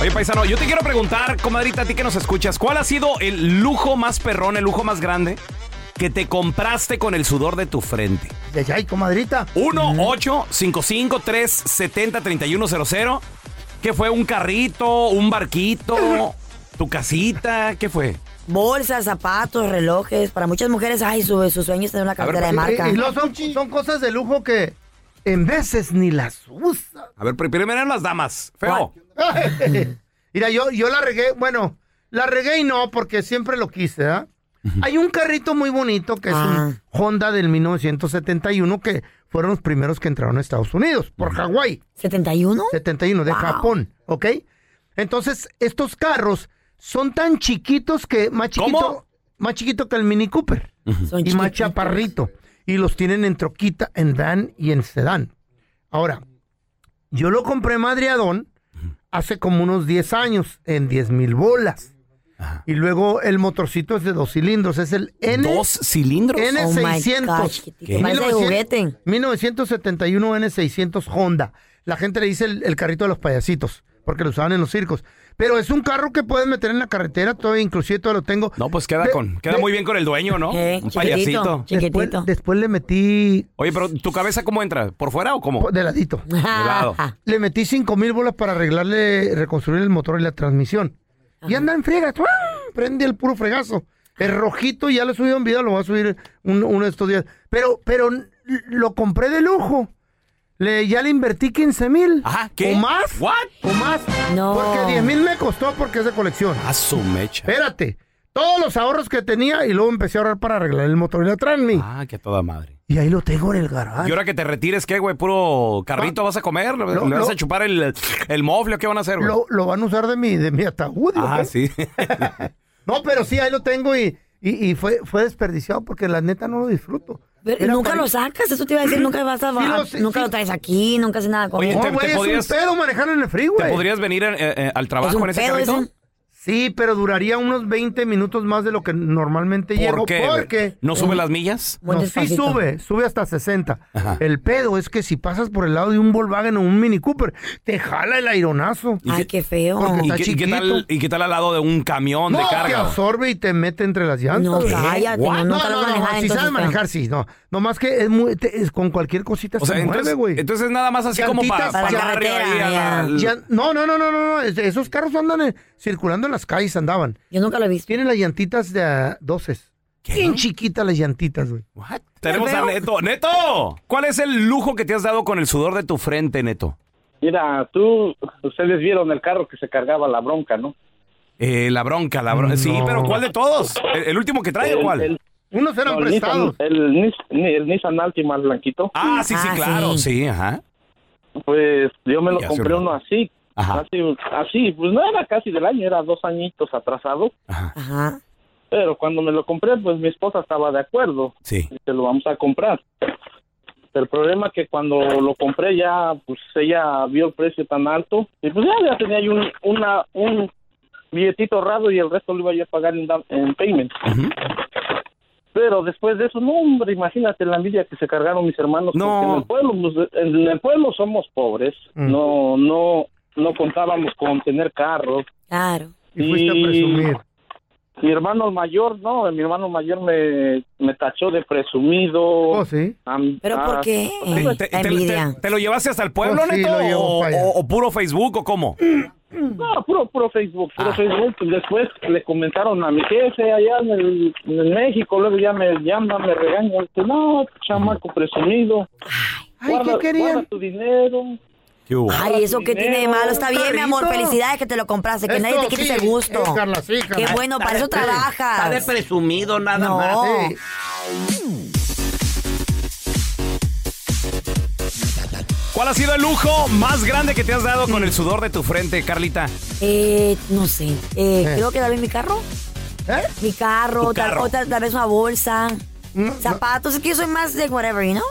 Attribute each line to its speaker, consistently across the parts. Speaker 1: Oye, paisano, yo te quiero preguntar, comadrita, a ti que nos escuchas, ¿cuál ha sido el lujo más perrón, el lujo más grande que te compraste con el sudor de tu frente?
Speaker 2: Ya, ya, y comadrita. Mm.
Speaker 1: 1-855-370-3100. ¿Qué fue? ¿Un carrito? ¿Un barquito? ¿Tu casita? ¿Qué fue?
Speaker 3: Bolsas, zapatos, relojes. Para muchas mujeres, ay, su, su sueño es tener una cartera de marca.
Speaker 2: pues, eh, Y, y luego son, son cosas de lujo que en veces ni las usas.
Speaker 1: A ver, pri- primero eran las damas. Feo.
Speaker 2: Mira, yo, yo la regué, bueno, la regué y no, porque siempre lo quise, ¿ah? Hay un carrito muy bonito que es
Speaker 3: Ah.
Speaker 2: un Honda del 1971 que fueron los primeros que entraron a Estados Unidos, por Hawái.
Speaker 3: ¿71?
Speaker 2: 71, de
Speaker 3: Wow.
Speaker 2: Japón, ¿ok? Entonces, estos carros son tan chiquitos que más chiquito,
Speaker 1: ¿Cómo?
Speaker 2: más chiquito que el Mini Cooper
Speaker 3: Son
Speaker 2: y más
Speaker 3: chiquititos.
Speaker 2: chaparrito. Y los tienen en troquita, en van y en sedán. Ahora, yo lo compré madriadón hace como unos 10 años, en 10 mil bolas. Y luego el motorcito es de dos cilindros, es el N,
Speaker 1: ¿Dos cilindros?
Speaker 3: Oh my gosh,
Speaker 2: N600.
Speaker 3: chiquitito. Parece de juguete.
Speaker 2: 1971 N600 Honda. La gente le dice el, el carrito de los payasitos, porque lo usaban en los circos. Pero es un carro que puedes meter en la carretera, todavía inclusive todavía lo tengo.
Speaker 1: No, pues queda
Speaker 2: De-
Speaker 1: con, queda
Speaker 2: de-
Speaker 1: muy bien con el dueño, ¿no?
Speaker 3: Eh,
Speaker 1: Un
Speaker 3: chiquitito.
Speaker 1: payasito.
Speaker 2: Después,
Speaker 3: Chiquitito.
Speaker 2: después le metí
Speaker 1: Oye, pero ¿tu cabeza cómo entra? ¿Por fuera o cómo?
Speaker 2: po- de ladito.
Speaker 1: Helado.
Speaker 2: Le metí 5 mil bolas para arreglarle, reconstruir el motor y la transmisión. Y anda en friegas. ¡guau! Prende el puro fregazo. El rojito ya lo subí un video, lo voy a subir un- uno de estos días. Pero, pero n- lo compré de lujo. Le, ya le invertí 15 mil.
Speaker 1: Ajá, ¿qué?
Speaker 2: ¿O más?
Speaker 1: What?
Speaker 2: ¿O más?
Speaker 3: No.
Speaker 2: Porque 10 mil me costó porque es de colección.
Speaker 1: A su mecha.
Speaker 2: Espérate. Todos los ahorros que tenía y luego empecé a ahorrar para arreglar el motor y la transmisión.
Speaker 1: Ah, que a toda madre.
Speaker 2: Y ahí lo tengo en el garaje.
Speaker 1: Y ahora que te retires, ¿qué, güey? ¿Puro
Speaker 2: Ah,
Speaker 1: carrito vas a comer? ¿Le,
Speaker 2: No,
Speaker 1: le vas
Speaker 2: no.
Speaker 1: a chupar el, el mofle o qué van a hacer, güey?
Speaker 2: Lo, lo van a usar de mi, de mi ataúd.
Speaker 1: Ah,
Speaker 2: ¿ok?
Speaker 1: sí.
Speaker 2: No, pero sí, ahí lo tengo y, y, y fue, fue desperdiciado porque la neta no lo disfruto.
Speaker 3: Pero
Speaker 2: Era
Speaker 3: nunca
Speaker 2: para-
Speaker 3: lo sacas, eso te iba a decir, nunca vas a
Speaker 2: Sí lo- sí,
Speaker 3: nunca
Speaker 2: sí.
Speaker 3: lo traes aquí, nunca haces nada con
Speaker 1: Oye,
Speaker 3: él.
Speaker 2: No,
Speaker 1: te-
Speaker 2: güey,
Speaker 1: te
Speaker 2: es
Speaker 1: podrías-
Speaker 2: un pedo manejar en el
Speaker 1: ¿Te
Speaker 2: freeway.
Speaker 1: podrías venir eh, eh, al
Speaker 3: Es
Speaker 1: trabajo
Speaker 3: un
Speaker 1: en ese
Speaker 3: pedo
Speaker 1: carrito?
Speaker 3: eso.
Speaker 2: Sí, pero duraría unos 20 minutos más de lo que normalmente llevo.
Speaker 1: ¿Por qué? güey?
Speaker 2: Porque
Speaker 1: ¿No sube las millas?
Speaker 3: Muy
Speaker 2: no, sí
Speaker 3: despacito.
Speaker 2: sube, sube hasta 60.
Speaker 1: Ajá.
Speaker 2: El pedo es que si pasas por el lado de un Volkswagen o un Mini Cooper, te jala el aironazo.
Speaker 1: ¿Y
Speaker 3: Ay,
Speaker 1: qué-
Speaker 3: qué feo.
Speaker 2: porque
Speaker 1: ¿Y
Speaker 2: está
Speaker 1: qué, y qué tal,
Speaker 2: chiquito.
Speaker 1: ¿Y qué tal al lado de un camión de
Speaker 2: No, te
Speaker 1: carga?
Speaker 2: absorbe y te mete entre las llantas.
Speaker 3: No,
Speaker 2: güey.
Speaker 3: cállate,
Speaker 1: What?
Speaker 3: no,
Speaker 2: No,
Speaker 3: nunca lo
Speaker 2: no,
Speaker 3: vas a
Speaker 2: no,
Speaker 3: manejar.
Speaker 2: si
Speaker 3: entonces,
Speaker 2: sabes
Speaker 3: feo.
Speaker 2: manejar, sí, no. Nomás que es muy, te- es- con cualquier cosita
Speaker 1: O sea,
Speaker 2: se
Speaker 1: entonces,
Speaker 2: mueve, güey.
Speaker 1: entonces es nada más así como para,
Speaker 2: Llantitas
Speaker 1: para
Speaker 2: para
Speaker 1: andar arriba
Speaker 3: carretera,
Speaker 1: ahí a la-
Speaker 2: Ya- no, no, no, no, no, no, es- Esos carros andan eh, circulando en las calles, andaban.
Speaker 3: Yo nunca lo he visto.
Speaker 2: Tienen las llantitas de ah, doces. Bien chiquitas las llantitas, güey.
Speaker 1: What? Tenemos a Neto. ¡Neto! ¿Cuál es el lujo que te has dado con el sudor de tu frente, Neto?
Speaker 4: Mira, tú, ustedes vieron el carro que se cargaba la bronca, ¿no?
Speaker 1: Eh, la bronca, la bronca. Sí,
Speaker 2: No.
Speaker 1: pero ¿cuál de todos? ¿El, el último que trae o
Speaker 4: El-
Speaker 1: cuál?
Speaker 4: El,
Speaker 2: Unos eran
Speaker 4: no, el Nissan,
Speaker 2: prestados.
Speaker 4: el Nis- ni- el Nissan Altima blanquito.
Speaker 1: Ah, sí, sí,
Speaker 3: Ah,
Speaker 1: claro.
Speaker 3: sí.
Speaker 1: Sí, ajá.
Speaker 4: Pues yo me lo
Speaker 1: Ya hace
Speaker 4: compré
Speaker 1: un rato.
Speaker 4: uno así,
Speaker 1: Ajá.
Speaker 4: casi, así, pues no era casi del año, era dos añitos atrasado.
Speaker 1: Ajá.
Speaker 3: Ajá.
Speaker 4: Pero cuando me lo compré, pues mi esposa estaba de acuerdo,
Speaker 1: Sí.
Speaker 4: te lo vamos a comprar. El problema es que cuando lo compré ya, pues ella vio el precio tan alto y pues ya, ya tenía yo un, una, un billetito ahorrado y el resto lo iba yo a pagar en, down- en payment.
Speaker 1: Ujú.
Speaker 4: Pero después de eso, no, hombre, imagínate la envidia que se cargaron mis hermanos.
Speaker 1: No.
Speaker 4: porque En el pueblo, pues, en el pueblo somos pobres.
Speaker 2: Mm.
Speaker 4: No, no, no contábamos con tener carros.
Speaker 3: Claro.
Speaker 2: Y fuiste
Speaker 4: Y-
Speaker 2: a presumir.
Speaker 4: Mi hermano el mayor, no, mi hermano mayor me, me tachó de presumido.
Speaker 2: Oh, sí.
Speaker 4: am-
Speaker 3: Pero ¿por
Speaker 4: ah,
Speaker 3: qué?
Speaker 1: ¿Te,
Speaker 3: La
Speaker 1: te-
Speaker 3: envidia.
Speaker 1: te- te lo llevaste hasta el pueblo,
Speaker 2: Pues sí,
Speaker 1: Neto?
Speaker 2: lo llevo
Speaker 1: o,
Speaker 2: para allá.
Speaker 1: o- o puro Facebook o cómo?
Speaker 4: No, puro, puro Facebook, puro
Speaker 1: Ah.
Speaker 4: Facebook. Después le comentaron a mi jefe allá en, el- en México, luego ya me llama, me regaña. Dice, no, chamaco presumido. guarda-
Speaker 2: Ay, ¿qué
Speaker 4: guarda
Speaker 2: querían?
Speaker 4: tu dinero.
Speaker 1: ¿Qué hubo?
Speaker 3: Ay, eso que tiene de malo. Está bien, mi amor.
Speaker 2: Carrito.
Speaker 3: Felicidades que te lo compraste. Que nadie te
Speaker 2: Esto
Speaker 3: quite
Speaker 2: sí,
Speaker 3: ese gusto.
Speaker 2: eh, Carla, sí, Carla.
Speaker 3: Qué bueno, para eso trabajas.
Speaker 1: presumido nada
Speaker 3: No.
Speaker 2: Sí.
Speaker 1: ¿Cuál ha sido el lujo más grande que te has dado con el sudor de tu frente, Carlita?
Speaker 3: Eh, no sé. Eh,
Speaker 2: Eh.
Speaker 3: Creo que tal vez mi carro.
Speaker 2: ¿Eh?
Speaker 3: Mi carro,
Speaker 1: Tu
Speaker 3: tal,
Speaker 1: carro.
Speaker 3: o tal, tal vez una bolsa.
Speaker 2: Mm, No, no.
Speaker 3: Zapatos. Es que yo soy más de whatever, ¿no?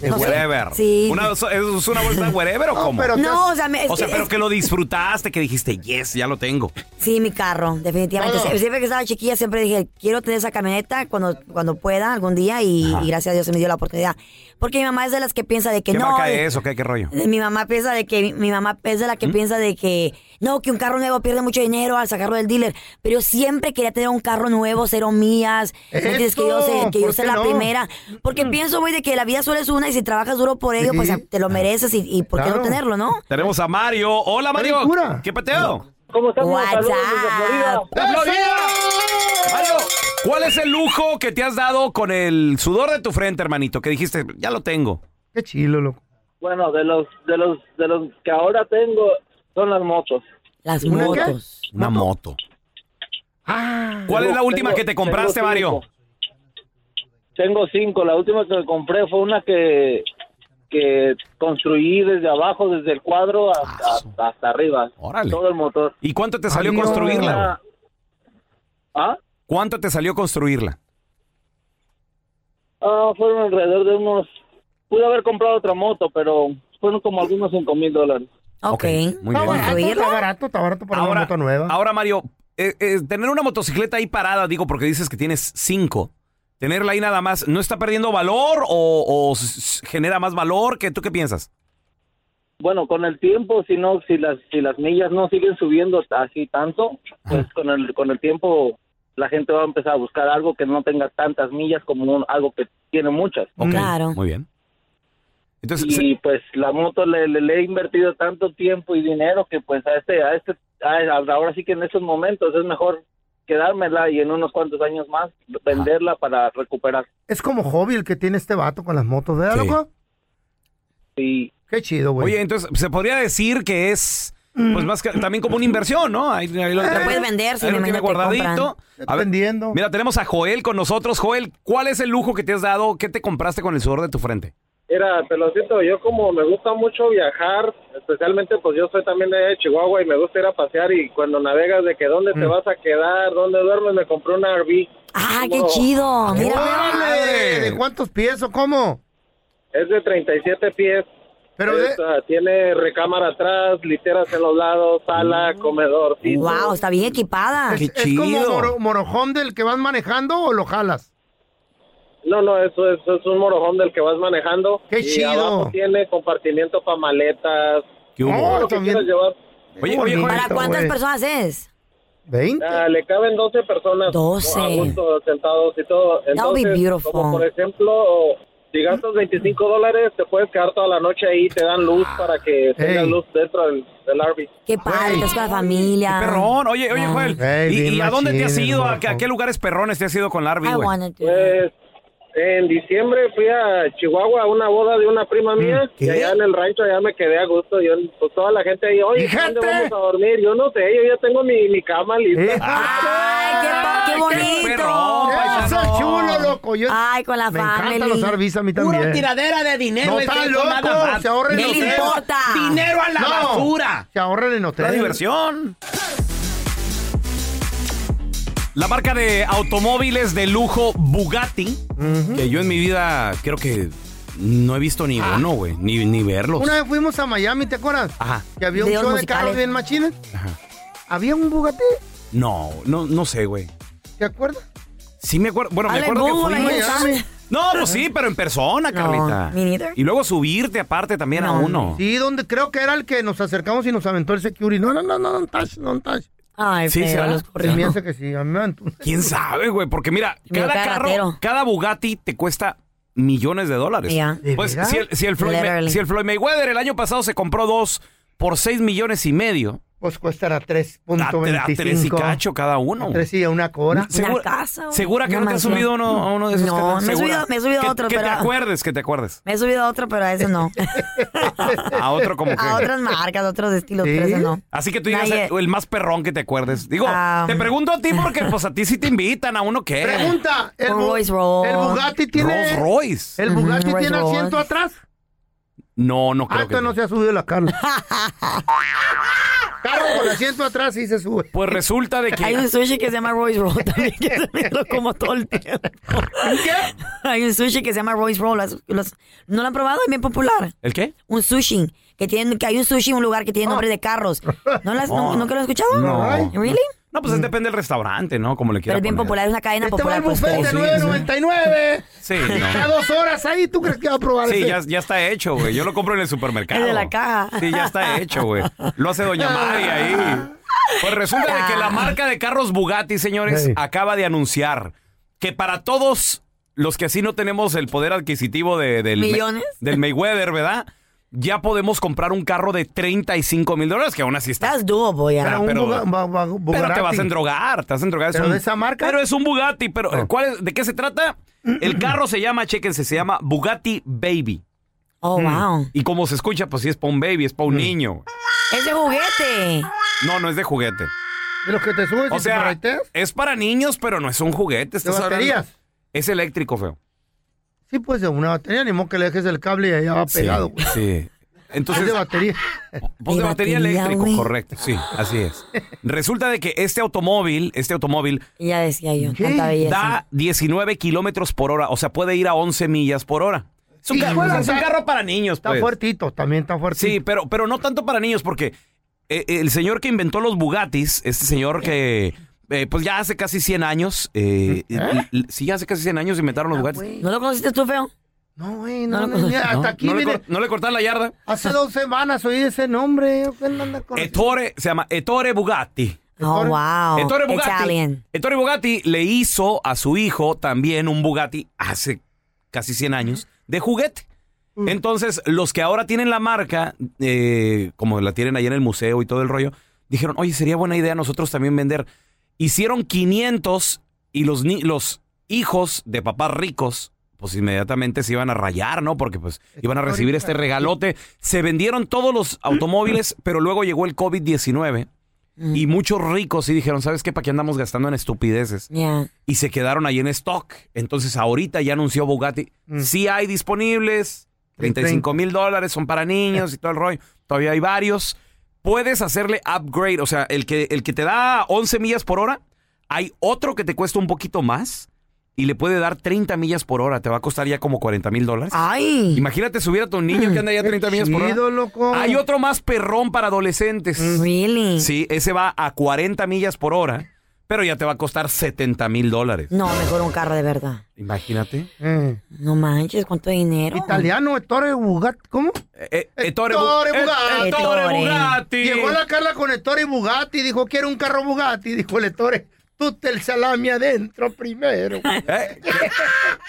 Speaker 2: De
Speaker 3: No sé.
Speaker 1: Wherever.
Speaker 3: Sí.
Speaker 1: Una, ¿Es una bolsa de wherever o
Speaker 2: No,
Speaker 1: cómo?
Speaker 2: pero-
Speaker 3: No, o sea, me-
Speaker 1: o sea,
Speaker 3: es-
Speaker 1: pero
Speaker 3: es-
Speaker 1: que lo disfrutaste, que dijiste, yes, ya lo tengo.
Speaker 3: Sí, mi carro, definitivamente.
Speaker 2: Todo.
Speaker 3: Sie- Siempre que estaba chiquilla, siempre dije, quiero tener esa camioneta cuando, cuando pueda, algún día, y, y gracias a Dios se me dio la oportunidad. Porque mi mamá es de las que piensa de que
Speaker 1: ¿Qué
Speaker 3: no.
Speaker 1: marca
Speaker 3: de-
Speaker 1: es o qué, qué rollo?
Speaker 3: de- Mi mamá piensa de que, mi mamá es de la
Speaker 2: ¿Mm?
Speaker 3: que piensa de que, no, que un carro nuevo pierde mucho dinero al sacarlo del dealer. Pero yo siempre quería tener un carro nuevo, cero mías. ¿me entiendes? que yo
Speaker 2: Eso,
Speaker 3: sé, que yo
Speaker 2: ¿por
Speaker 3: sé
Speaker 2: qué
Speaker 3: la
Speaker 2: no? Mm.
Speaker 3: primera. Porque pienso, güey, de que la vida solo es una y si trabajas duro por ello,
Speaker 2: Sí.
Speaker 3: pues te lo mereces y, y por qué no
Speaker 2: Claro.
Speaker 3: tenerlo, ¿no?
Speaker 1: Tenemos a Mario. Hola, Mario.
Speaker 2: ricura.
Speaker 1: ¿Qué pateo?
Speaker 5: ¿Cómo estamos? Saludos desde Florida.
Speaker 3: WhatsApp.
Speaker 1: ¡La Florida! Mario, ¿cuál es el lujo que te has dado con el sudor de tu frente, hermanito? Que dijiste, ya lo tengo.
Speaker 2: Qué chilo, loco.
Speaker 5: Bueno, de los, de los, de los que ahora tengo son las motos.
Speaker 3: Las
Speaker 2: ¿Una qué?
Speaker 3: motos.
Speaker 1: Una moto.
Speaker 2: Ah,
Speaker 1: ¿Cuál es la
Speaker 5: Tengo-
Speaker 1: última
Speaker 5: tengo-
Speaker 1: que te compraste,
Speaker 5: tengo cinco.
Speaker 1: Mario?
Speaker 5: Tengo cinco. La última que compré fue una que, que construí desde abajo, desde el cuadro hasta,
Speaker 1: Ah, su-
Speaker 5: hasta arriba.
Speaker 1: Órale.
Speaker 5: Todo el motor.
Speaker 1: ¿Y cuánto te salió
Speaker 2: Adiós.
Speaker 1: construirla? güey?
Speaker 5: Una- ¿Ah?
Speaker 1: ¿Cuánto te salió construirla?
Speaker 5: Ah, fueron alrededor de unos... Pude haber comprado otra moto, pero fueron como algunos cinco mil dólares.
Speaker 3: Ok.
Speaker 1: Ok, muy
Speaker 2: está
Speaker 1: bien.
Speaker 2: barato,
Speaker 3: ¿Construirla?
Speaker 2: está barato, está barato para una moto nueva.
Speaker 1: ahora, Mario, eh, eh, tener una motocicleta ahí parada, digo, porque dices que tienes cinco. Tenerla ahí nada más, ¿no está perdiendo valor o, o s- s- genera más valor? ¿Qué, ¿Tú qué piensas?
Speaker 5: Bueno, con el tiempo, si no, si las, si las millas no siguen subiendo así tanto, pues con el, con el tiempo la gente va a empezar a buscar algo que no tenga tantas millas como un- algo que tiene muchas.
Speaker 1: Ok,
Speaker 3: Claro.
Speaker 1: Muy bien. Entonces, se-
Speaker 5: Y pues la moto le, le- le he invertido tanto tiempo y dinero que pues a este, a este, a- ahora sí que en estos momentos es mejor quedármela y en unos cuantos años más venderla para recuperar.
Speaker 2: Es como hobby el que tiene este vato con las motos, ¿verdad,
Speaker 1: Sí.
Speaker 2: loco?
Speaker 5: Y
Speaker 2: Qué chido, güey. Mm.
Speaker 1: oye, entonces se podría decir que es, pues más que también como una inversión, ¿no? Ahí, ahí lo,
Speaker 2: Eh,
Speaker 3: Lo puedes vender, si
Speaker 1: ahí
Speaker 3: me
Speaker 1: lo tiene
Speaker 3: imagino te
Speaker 1: guardadito. A ver,
Speaker 2: Dependiendo.
Speaker 1: mira, tenemos a Joel con nosotros. Joel, ¿cuál es el lujo que te has dado? ¿Qué te compraste con el sudor de tu frente?
Speaker 5: Mira, pelocito, yo como me gusta mucho viajar, especialmente pues yo soy también de Chihuahua y me gusta ir a pasear y cuando navegas de que dónde te vas a quedar, dónde duermes, me compré una RV.
Speaker 3: Mm. Ah, qué
Speaker 5: Wow.
Speaker 3: chido. Mira,
Speaker 2: ¡Órale!
Speaker 1: Eh.
Speaker 2: ¿De cuántos pies o cómo?
Speaker 5: Es de 37 pies.
Speaker 2: Pero de-
Speaker 5: Es, ah, tiene recámara atrás, literas en los lados, sala, comedor. piso.
Speaker 3: wow, Mm. está bien equipada.
Speaker 2: es,
Speaker 1: qué
Speaker 2: es como
Speaker 1: chido.
Speaker 2: moro- morojón del que vas manejando o lo jalas.
Speaker 5: No, no, eso es, es un morojón del que vas manejando.
Speaker 2: ¡Qué
Speaker 5: y
Speaker 2: chido!
Speaker 5: abajo tiene compartimiento para maletas.
Speaker 1: ¿Qué hubo?
Speaker 2: Oh,
Speaker 5: Todo lo que
Speaker 2: también.
Speaker 5: quieras llevar.
Speaker 1: Oye, oye, Joel,
Speaker 3: ¿Para
Speaker 2: Bonito,
Speaker 3: cuántas
Speaker 2: güey.
Speaker 3: personas es?
Speaker 2: ¿20?
Speaker 5: Ah, le caben 12 personas.
Speaker 3: 12.
Speaker 5: A gusto, sentados y todo.
Speaker 3: would be
Speaker 5: Entonces,
Speaker 3: beautiful.
Speaker 5: como por ejemplo, si gastas 25 dólares, te puedes quedar toda la noche ahí, te dan luz para que tengas
Speaker 2: Ey.
Speaker 5: luz dentro del, del RV.
Speaker 3: Qué padre, estás con la familia.
Speaker 1: Perrón, oye, oye,
Speaker 3: Wow.
Speaker 1: Joel.
Speaker 2: Ey,
Speaker 1: ¿y-
Speaker 2: bien
Speaker 1: ¿Y, a dónde te has
Speaker 2: machín,
Speaker 1: ido? ¿A,
Speaker 2: morro.
Speaker 1: a qué lugares perrones te has ido con la Arby,
Speaker 3: I
Speaker 1: güey?
Speaker 3: wanted to.
Speaker 5: Pues en diciembre fui a Chihuahua a una boda de una prima mía
Speaker 1: ¿qué?
Speaker 5: y allá en el rancho allá me quedé a gusto. Yo, pues toda la gente ahí, oye,
Speaker 2: Fíjate.
Speaker 5: ¿dónde vamos a dormir? Yo no sé, yo ya tengo mi, mi cama lista.
Speaker 2: Eh,
Speaker 3: Ay, qué pa- Ah, qué
Speaker 1: Ay,
Speaker 3: bonito.
Speaker 1: perrón,
Speaker 2: ¡Eso es
Speaker 1: paisano.
Speaker 2: chulo, loco! Yo,
Speaker 3: Ay, con la
Speaker 2: me
Speaker 3: family.
Speaker 2: encantan los Arby's a mí
Speaker 6: Puro
Speaker 2: también.
Speaker 6: tiradera de dinero.
Speaker 2: No
Speaker 6: es
Speaker 2: tan
Speaker 6: eso, nada
Speaker 2: loco,
Speaker 6: más.
Speaker 2: se ahorren
Speaker 3: ¿Qué
Speaker 2: en
Speaker 3: le
Speaker 2: hotel.
Speaker 3: importa?
Speaker 6: Dinero a la
Speaker 2: No.
Speaker 6: basura.
Speaker 2: Se ahorran en
Speaker 1: La
Speaker 2: hotel.
Speaker 1: diversión. La marca de automóviles de lujo Bugatti, que yo en mi vida creo que no he visto ni uno, güey, ni, ni verlos.
Speaker 2: Ah. Una vez fuimos a Miami, ¿te acuerdas?
Speaker 1: Ajá.
Speaker 2: Que había un
Speaker 3: Videos
Speaker 2: show de
Speaker 3: musicales.
Speaker 2: carros bien machines.
Speaker 1: Ajá.
Speaker 2: Había un Bugatti,
Speaker 1: No, no, no sé, güey.
Speaker 2: ¿te acuerdas?
Speaker 1: Sí me acuerdo, bueno, me
Speaker 3: Dale,
Speaker 1: acuerdo que
Speaker 3: Google,
Speaker 1: fuimos.
Speaker 3: ahí
Speaker 2: fuimos.
Speaker 3: está.
Speaker 1: No, pues sí, pero en persona,
Speaker 3: No,
Speaker 1: Carlita.
Speaker 3: me neither.
Speaker 1: Y luego subirte aparte también a
Speaker 3: No.
Speaker 1: uno.
Speaker 2: Sí, donde creo que era el que nos acercamos y nos aventó el security. No, no, no, no, no, touch, no, touch.
Speaker 3: Ay,
Speaker 1: Sí,
Speaker 3: pero
Speaker 1: ¿será?
Speaker 3: los
Speaker 2: Se
Speaker 3: corridos.
Speaker 2: me hace que sí, a mí me aventó.
Speaker 1: ¿Quién sabe, güey? Porque mira,
Speaker 3: Mira,
Speaker 1: cada
Speaker 3: cada
Speaker 1: carro,
Speaker 3: ratero.
Speaker 1: cada Bugatti te cuesta millones de dólares.
Speaker 3: Ya.
Speaker 2: ¿De
Speaker 1: Pues
Speaker 2: veras?
Speaker 1: si el, si el Floyd,
Speaker 3: Literally.
Speaker 1: si el Floyd Mayweather el año pasado se compró dos por seis millones y medio,
Speaker 2: Pues cuesta a
Speaker 1: a, a tres y
Speaker 2: 3.25.
Speaker 1: cacho cada uno.
Speaker 2: A tres y a una cora.
Speaker 1: Segura-
Speaker 3: Una casa. güey,
Speaker 1: ¿Segura que
Speaker 3: una
Speaker 1: no te has
Speaker 3: mansión.
Speaker 1: subido a uno, a uno de esos?
Speaker 3: No,
Speaker 1: carros?
Speaker 3: me he
Speaker 1: ¿Segura?
Speaker 3: subido- me he subido a
Speaker 1: Que-
Speaker 3: otro,
Speaker 1: Que te
Speaker 3: pero-
Speaker 1: acuerdes, que te acuerdes.
Speaker 3: Me he subido a otro, pero a ese no.
Speaker 1: A otro como que...
Speaker 3: a otras marcas, a otros estilos, pero a
Speaker 2: ¿Sí?
Speaker 3: ese no.
Speaker 1: Así que tú digas
Speaker 3: Nadie-
Speaker 1: el, el más perrón que te acuerdes. Digo,
Speaker 3: Ah.
Speaker 1: te pregunto a ti porque pues a ti sí te invitan, a uno que...
Speaker 2: Pregunta, ¿el,
Speaker 3: Un
Speaker 2: Bu-
Speaker 3: Rolls Royce.
Speaker 2: el Bugatti
Speaker 1: Rolls
Speaker 2: tiene,
Speaker 1: Royce.
Speaker 2: el Bugatti
Speaker 3: Ujú,
Speaker 2: tiene
Speaker 3: Rolls Royce.
Speaker 2: asiento atrás?
Speaker 1: No, no creo
Speaker 2: Ah,
Speaker 1: que...
Speaker 2: entonces no se ha subido la Carla. Carro con asiento atrás y se sube.
Speaker 1: Pues resulta de que...
Speaker 3: Hay un sushi que se llama Royce Roll también, que también lo como todo el tiempo. Hay un sushi que se llama Royce Roll. las- los- ¿No lo han probado? Es bien popular.
Speaker 1: ¿El qué?
Speaker 3: Un sushi. Que, tienen, que hay un sushi, un lugar que tiene nombre de carros. ¿No, las, no, ¿Nunca lo has escuchado?
Speaker 1: No.
Speaker 3: ¿Really? Mm.
Speaker 1: No, pues depende del restaurante, ¿no? Como le
Speaker 3: Pero
Speaker 1: quieras
Speaker 3: es bien
Speaker 1: poner.
Speaker 3: popular, es una cadena
Speaker 2: Este va
Speaker 3: popular.
Speaker 2: al
Speaker 3: pues,
Speaker 2: buffet
Speaker 3: todo.
Speaker 2: de 9.99.
Speaker 1: Sí,
Speaker 2: Está
Speaker 1: no.
Speaker 2: dos horas ahí, ¿tú crees que va a probar
Speaker 1: Sí,
Speaker 2: ese?
Speaker 1: ya, ya está hecho, güey. Yo lo compro en el supermercado.
Speaker 3: Es de la caja.
Speaker 1: Sí, ya está hecho, güey. Lo hace Doña Mari ahí. Pues resulta de que
Speaker 3: Ah.
Speaker 1: la marca de carros Bugatti, señores,
Speaker 2: Sí.
Speaker 1: acaba de anunciar que para todos los que así no tenemos el poder adquisitivo de- del, Me-
Speaker 3: ¿Millones?
Speaker 1: del Mayweather, ¿verdad? Ya podemos comprar un carro de 35 mil dólares, que aún así está.
Speaker 3: Estás dúo,
Speaker 2: Pero
Speaker 3: ya.
Speaker 2: un
Speaker 1: pero-
Speaker 2: Buga- ba- ba-
Speaker 1: Pero te
Speaker 2: Bugatti.
Speaker 1: vas a endrogar, te vas a endrogar. Es
Speaker 2: ¿Pero
Speaker 1: un-
Speaker 2: de esa marca?
Speaker 1: Pero es un Bugatti, pero
Speaker 2: Ah.
Speaker 1: ¿cuál es- ¿de qué se trata? El carro se llama, chéquense, se llama Bugatti Baby. Mm.
Speaker 3: Oh, wow.
Speaker 1: Y como se escucha, pues sí es para un baby, es para
Speaker 2: Mm.
Speaker 1: un niño.
Speaker 3: Es de juguete.
Speaker 1: No, no es de juguete.
Speaker 2: De los que te subes
Speaker 1: O
Speaker 2: y te
Speaker 1: sea,
Speaker 2: correteas.
Speaker 1: es para niños, pero no es un juguete.
Speaker 2: ¿De
Speaker 1: estás hablando-
Speaker 2: baterías?
Speaker 1: Es eléctrico, feo.
Speaker 2: Sí, pues de una batería, ni modo que le dejes el cable y allá va pegado, güey.
Speaker 1: Sí. Entonces,
Speaker 2: Es de batería.
Speaker 1: Pues
Speaker 3: De
Speaker 1: de batería,
Speaker 3: batería,
Speaker 1: eléctrico,
Speaker 3: güey.
Speaker 1: correcto. Sí, así es. Resulta de que este automóvil, este automóvil,
Speaker 3: Y ya decía yo,
Speaker 2: ¿Qué?
Speaker 3: tanta belleza.
Speaker 1: da 19 kilómetros por hora. O sea, puede ir a 11 millas por hora. Es un,
Speaker 2: Sí,
Speaker 1: carro,
Speaker 2: bueno,
Speaker 1: es un
Speaker 2: está-
Speaker 1: carro para niños,
Speaker 2: Está
Speaker 1: pues.
Speaker 2: fuertito, también está fuertito.
Speaker 1: Sí, pero, pero no tanto para niños, porque eh, el señor que inventó los Bugattis, este señor que, eh, pues ya hace casi 100 años, eh, l- l- sí, hace casi 100 años inventaron los Bugattis.
Speaker 3: Ah, ¿No lo conociste tú, feo?
Speaker 2: No, güey, no,
Speaker 3: No,
Speaker 2: no,
Speaker 3: no,
Speaker 2: mira,
Speaker 1: No,
Speaker 2: hasta aquí,
Speaker 1: no le
Speaker 2: mire,
Speaker 1: cor- no le cortaron la yarda.
Speaker 2: hace dos semanas oí ese nombre. yo que anda con-
Speaker 1: Ettore, se llama Ettore Bugatti.
Speaker 3: Oh,
Speaker 2: Ettore-
Speaker 3: wow.
Speaker 1: Ettore Bugatti.
Speaker 3: Italian.
Speaker 1: Ettore Bugatti le hizo a su hijo también un Bugatti hace casi 100 años de juguete. Entonces, los que ahora tienen la marca, eh, como la tienen ahí en el museo y todo el rollo, dijeron, oye, sería buena idea nosotros también vender. Hicieron 500 y los, ni- los hijos de papás ricos, pues inmediatamente se iban a rayar, ¿no? Porque pues iban a recibir este regalote. Se vendieron todos los automóviles, pero luego llegó el COVID-19 y muchos ricos sí dijeron, ¿sabes qué? ¿Para qué andamos gastando en estupideces?
Speaker 3: Yeah.
Speaker 1: y se quedaron ahí en stock. Entonces ahorita ya anunció Bugatti,
Speaker 2: Mm.
Speaker 1: sí hay disponibles, 35 mil dólares son para niños y todo el rollo, todavía hay varios. Puedes hacerle upgrade, o sea, el que, el que te da 11 millas por hora, hay otro que te cuesta un poquito más y le puede dar 30 millas por hora, te va a costar ya como 40 mil dólares.
Speaker 3: Ay.
Speaker 1: Imagínate subir a tu niño que anda ya
Speaker 2: Qué
Speaker 1: 30 millas por hora.
Speaker 2: chido, loco.
Speaker 1: Hay otro más perrón para adolescentes.
Speaker 3: Really.
Speaker 1: Sí, ese va a 40 millas por hora, pero ya te va a costar 70 mil dólares.
Speaker 3: No, mejor un carro de verdad.
Speaker 1: Imagínate.
Speaker 2: Eh,
Speaker 3: No manches, cuánto dinero.
Speaker 2: Italiano, Ettore Bugatti, ¿cómo?
Speaker 1: Eh, Ettore
Speaker 2: Ettore
Speaker 1: Bu-
Speaker 2: Bugatti.
Speaker 1: Eh, Ettore
Speaker 3: Ettore.
Speaker 1: Bugatti.
Speaker 2: Llegó la Carla con Ettore y Bugatti, dijo, quiero un carro Bugatti, dijo el Ettore, tú te el salami adentro primero.
Speaker 1: Eh, ¿qué-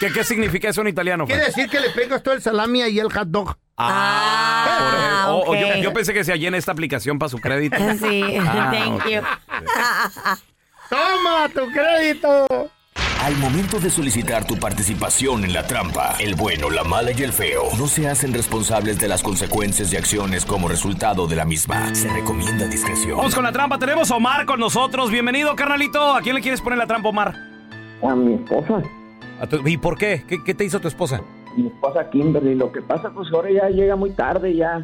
Speaker 1: ¿Qué, qué significa eso en italiano? pues? Fer?
Speaker 2: Quiere decir que le pegas todo el salami y el hot dog.
Speaker 1: Ah,
Speaker 3: Ah,
Speaker 1: por- o- o
Speaker 3: ok.
Speaker 1: yo, yo pensé que se allí en esta aplicación para su crédito.
Speaker 3: Sí,
Speaker 1: Ah,
Speaker 3: thank
Speaker 1: ok.
Speaker 3: you.
Speaker 2: ¡Toma tu crédito!
Speaker 7: Al momento de solicitar tu participación en la trampa, el bueno, la mala y el feo no se hacen responsables de las consecuencias y acciones como resultado de la misma. Se recomienda discreción.
Speaker 1: Vamos con la trampa. Tenemos a Omar con nosotros. Bienvenido, carnalito. ¿A quién le quieres poner la trampa, Omar?
Speaker 8: a mi esposa,
Speaker 1: ¿A tu- ¿Y por qué? qué? qué te hizo tu esposa?
Speaker 8: mi esposa Kimberly. Lo que pasa, pues ahora ya llega muy tarde, ya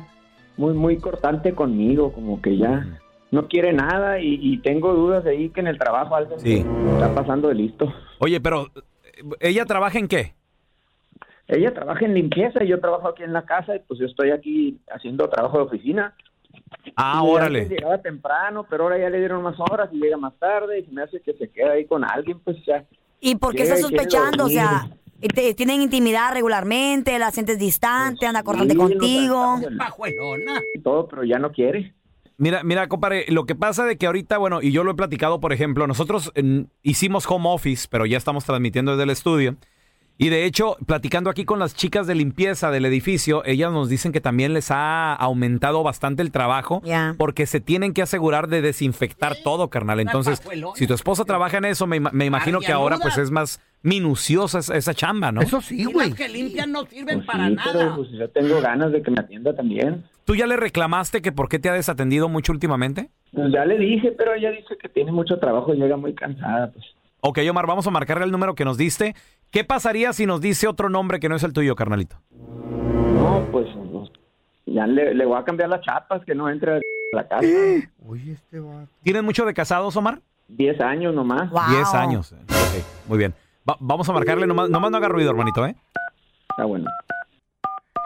Speaker 8: muy, muy cortante conmigo, como que ya
Speaker 1: Mm.
Speaker 8: no quiere nada y, y tengo dudas ahí que en el trabajo algo
Speaker 1: Sí.
Speaker 8: está pasando de listo.
Speaker 1: Oye, pero eh, ¿ella trabaja en qué?
Speaker 8: Ella trabaja en limpieza, y yo trabajo aquí en la casa y pues yo estoy aquí haciendo trabajo de oficina.
Speaker 1: Ah,
Speaker 8: Y antes
Speaker 1: órale.
Speaker 8: Llegaba temprano, pero ahora ya le dieron más horas y llega más tarde y se me hace que se queda ahí con alguien, pues ya.
Speaker 3: ¿Y por qué
Speaker 8: Llega
Speaker 3: estás
Speaker 8: y quiere
Speaker 3: sospechando? O sea,
Speaker 8: dormir.
Speaker 3: te- tienen intimidad regularmente, la sientes distante, anda cortante
Speaker 8: Sí, nos
Speaker 3: contigo.
Speaker 8: tratamos de- Y todo, pero ya no quiere.
Speaker 1: Mira, mira, compadre, lo que pasa de que ahorita, bueno, y yo lo he platicado, por ejemplo, nosotros en- hicimos home office, pero ya estamos transmitiendo desde el estudio. Y de hecho, platicando aquí con las chicas de limpieza del edificio, ellas nos dicen que también les ha aumentado bastante el trabajo
Speaker 3: Ya.
Speaker 1: porque se tienen que asegurar de desinfectar todo, carnal. Entonces, si tu esposa trabaja en eso, me, ima- me imagino que ahora pues es más minuciosa esa, esa chamba, ¿no?
Speaker 2: Eso sí, güey.
Speaker 8: Pues sí, pero pues yo tengo ganas de que me atienda también.
Speaker 1: ¿Tú ya le reclamaste que por qué te ha desatendido mucho últimamente?
Speaker 8: Pues ya le dije, pero ella dice que tiene mucho trabajo y llega muy cansada, pues.
Speaker 1: Ok, Omar, vamos a marcarle el número que nos diste. ¿Qué pasaría si nos dice otro nombre que no es el tuyo, carnalito?
Speaker 8: No, pues no. ya le, le voy a cambiar las chapas, que no entre la casa.
Speaker 2: Oye, este va.
Speaker 1: ¿Tienes mucho de casados, Omar?
Speaker 8: Diez años
Speaker 1: Ah.
Speaker 8: nomás.
Speaker 3: Wow.
Speaker 1: Diez años. Ok, muy bien. Va- vamos a marcarle, nomás, nomás no haga ruido, hermanito, ¿eh?
Speaker 8: Está bueno.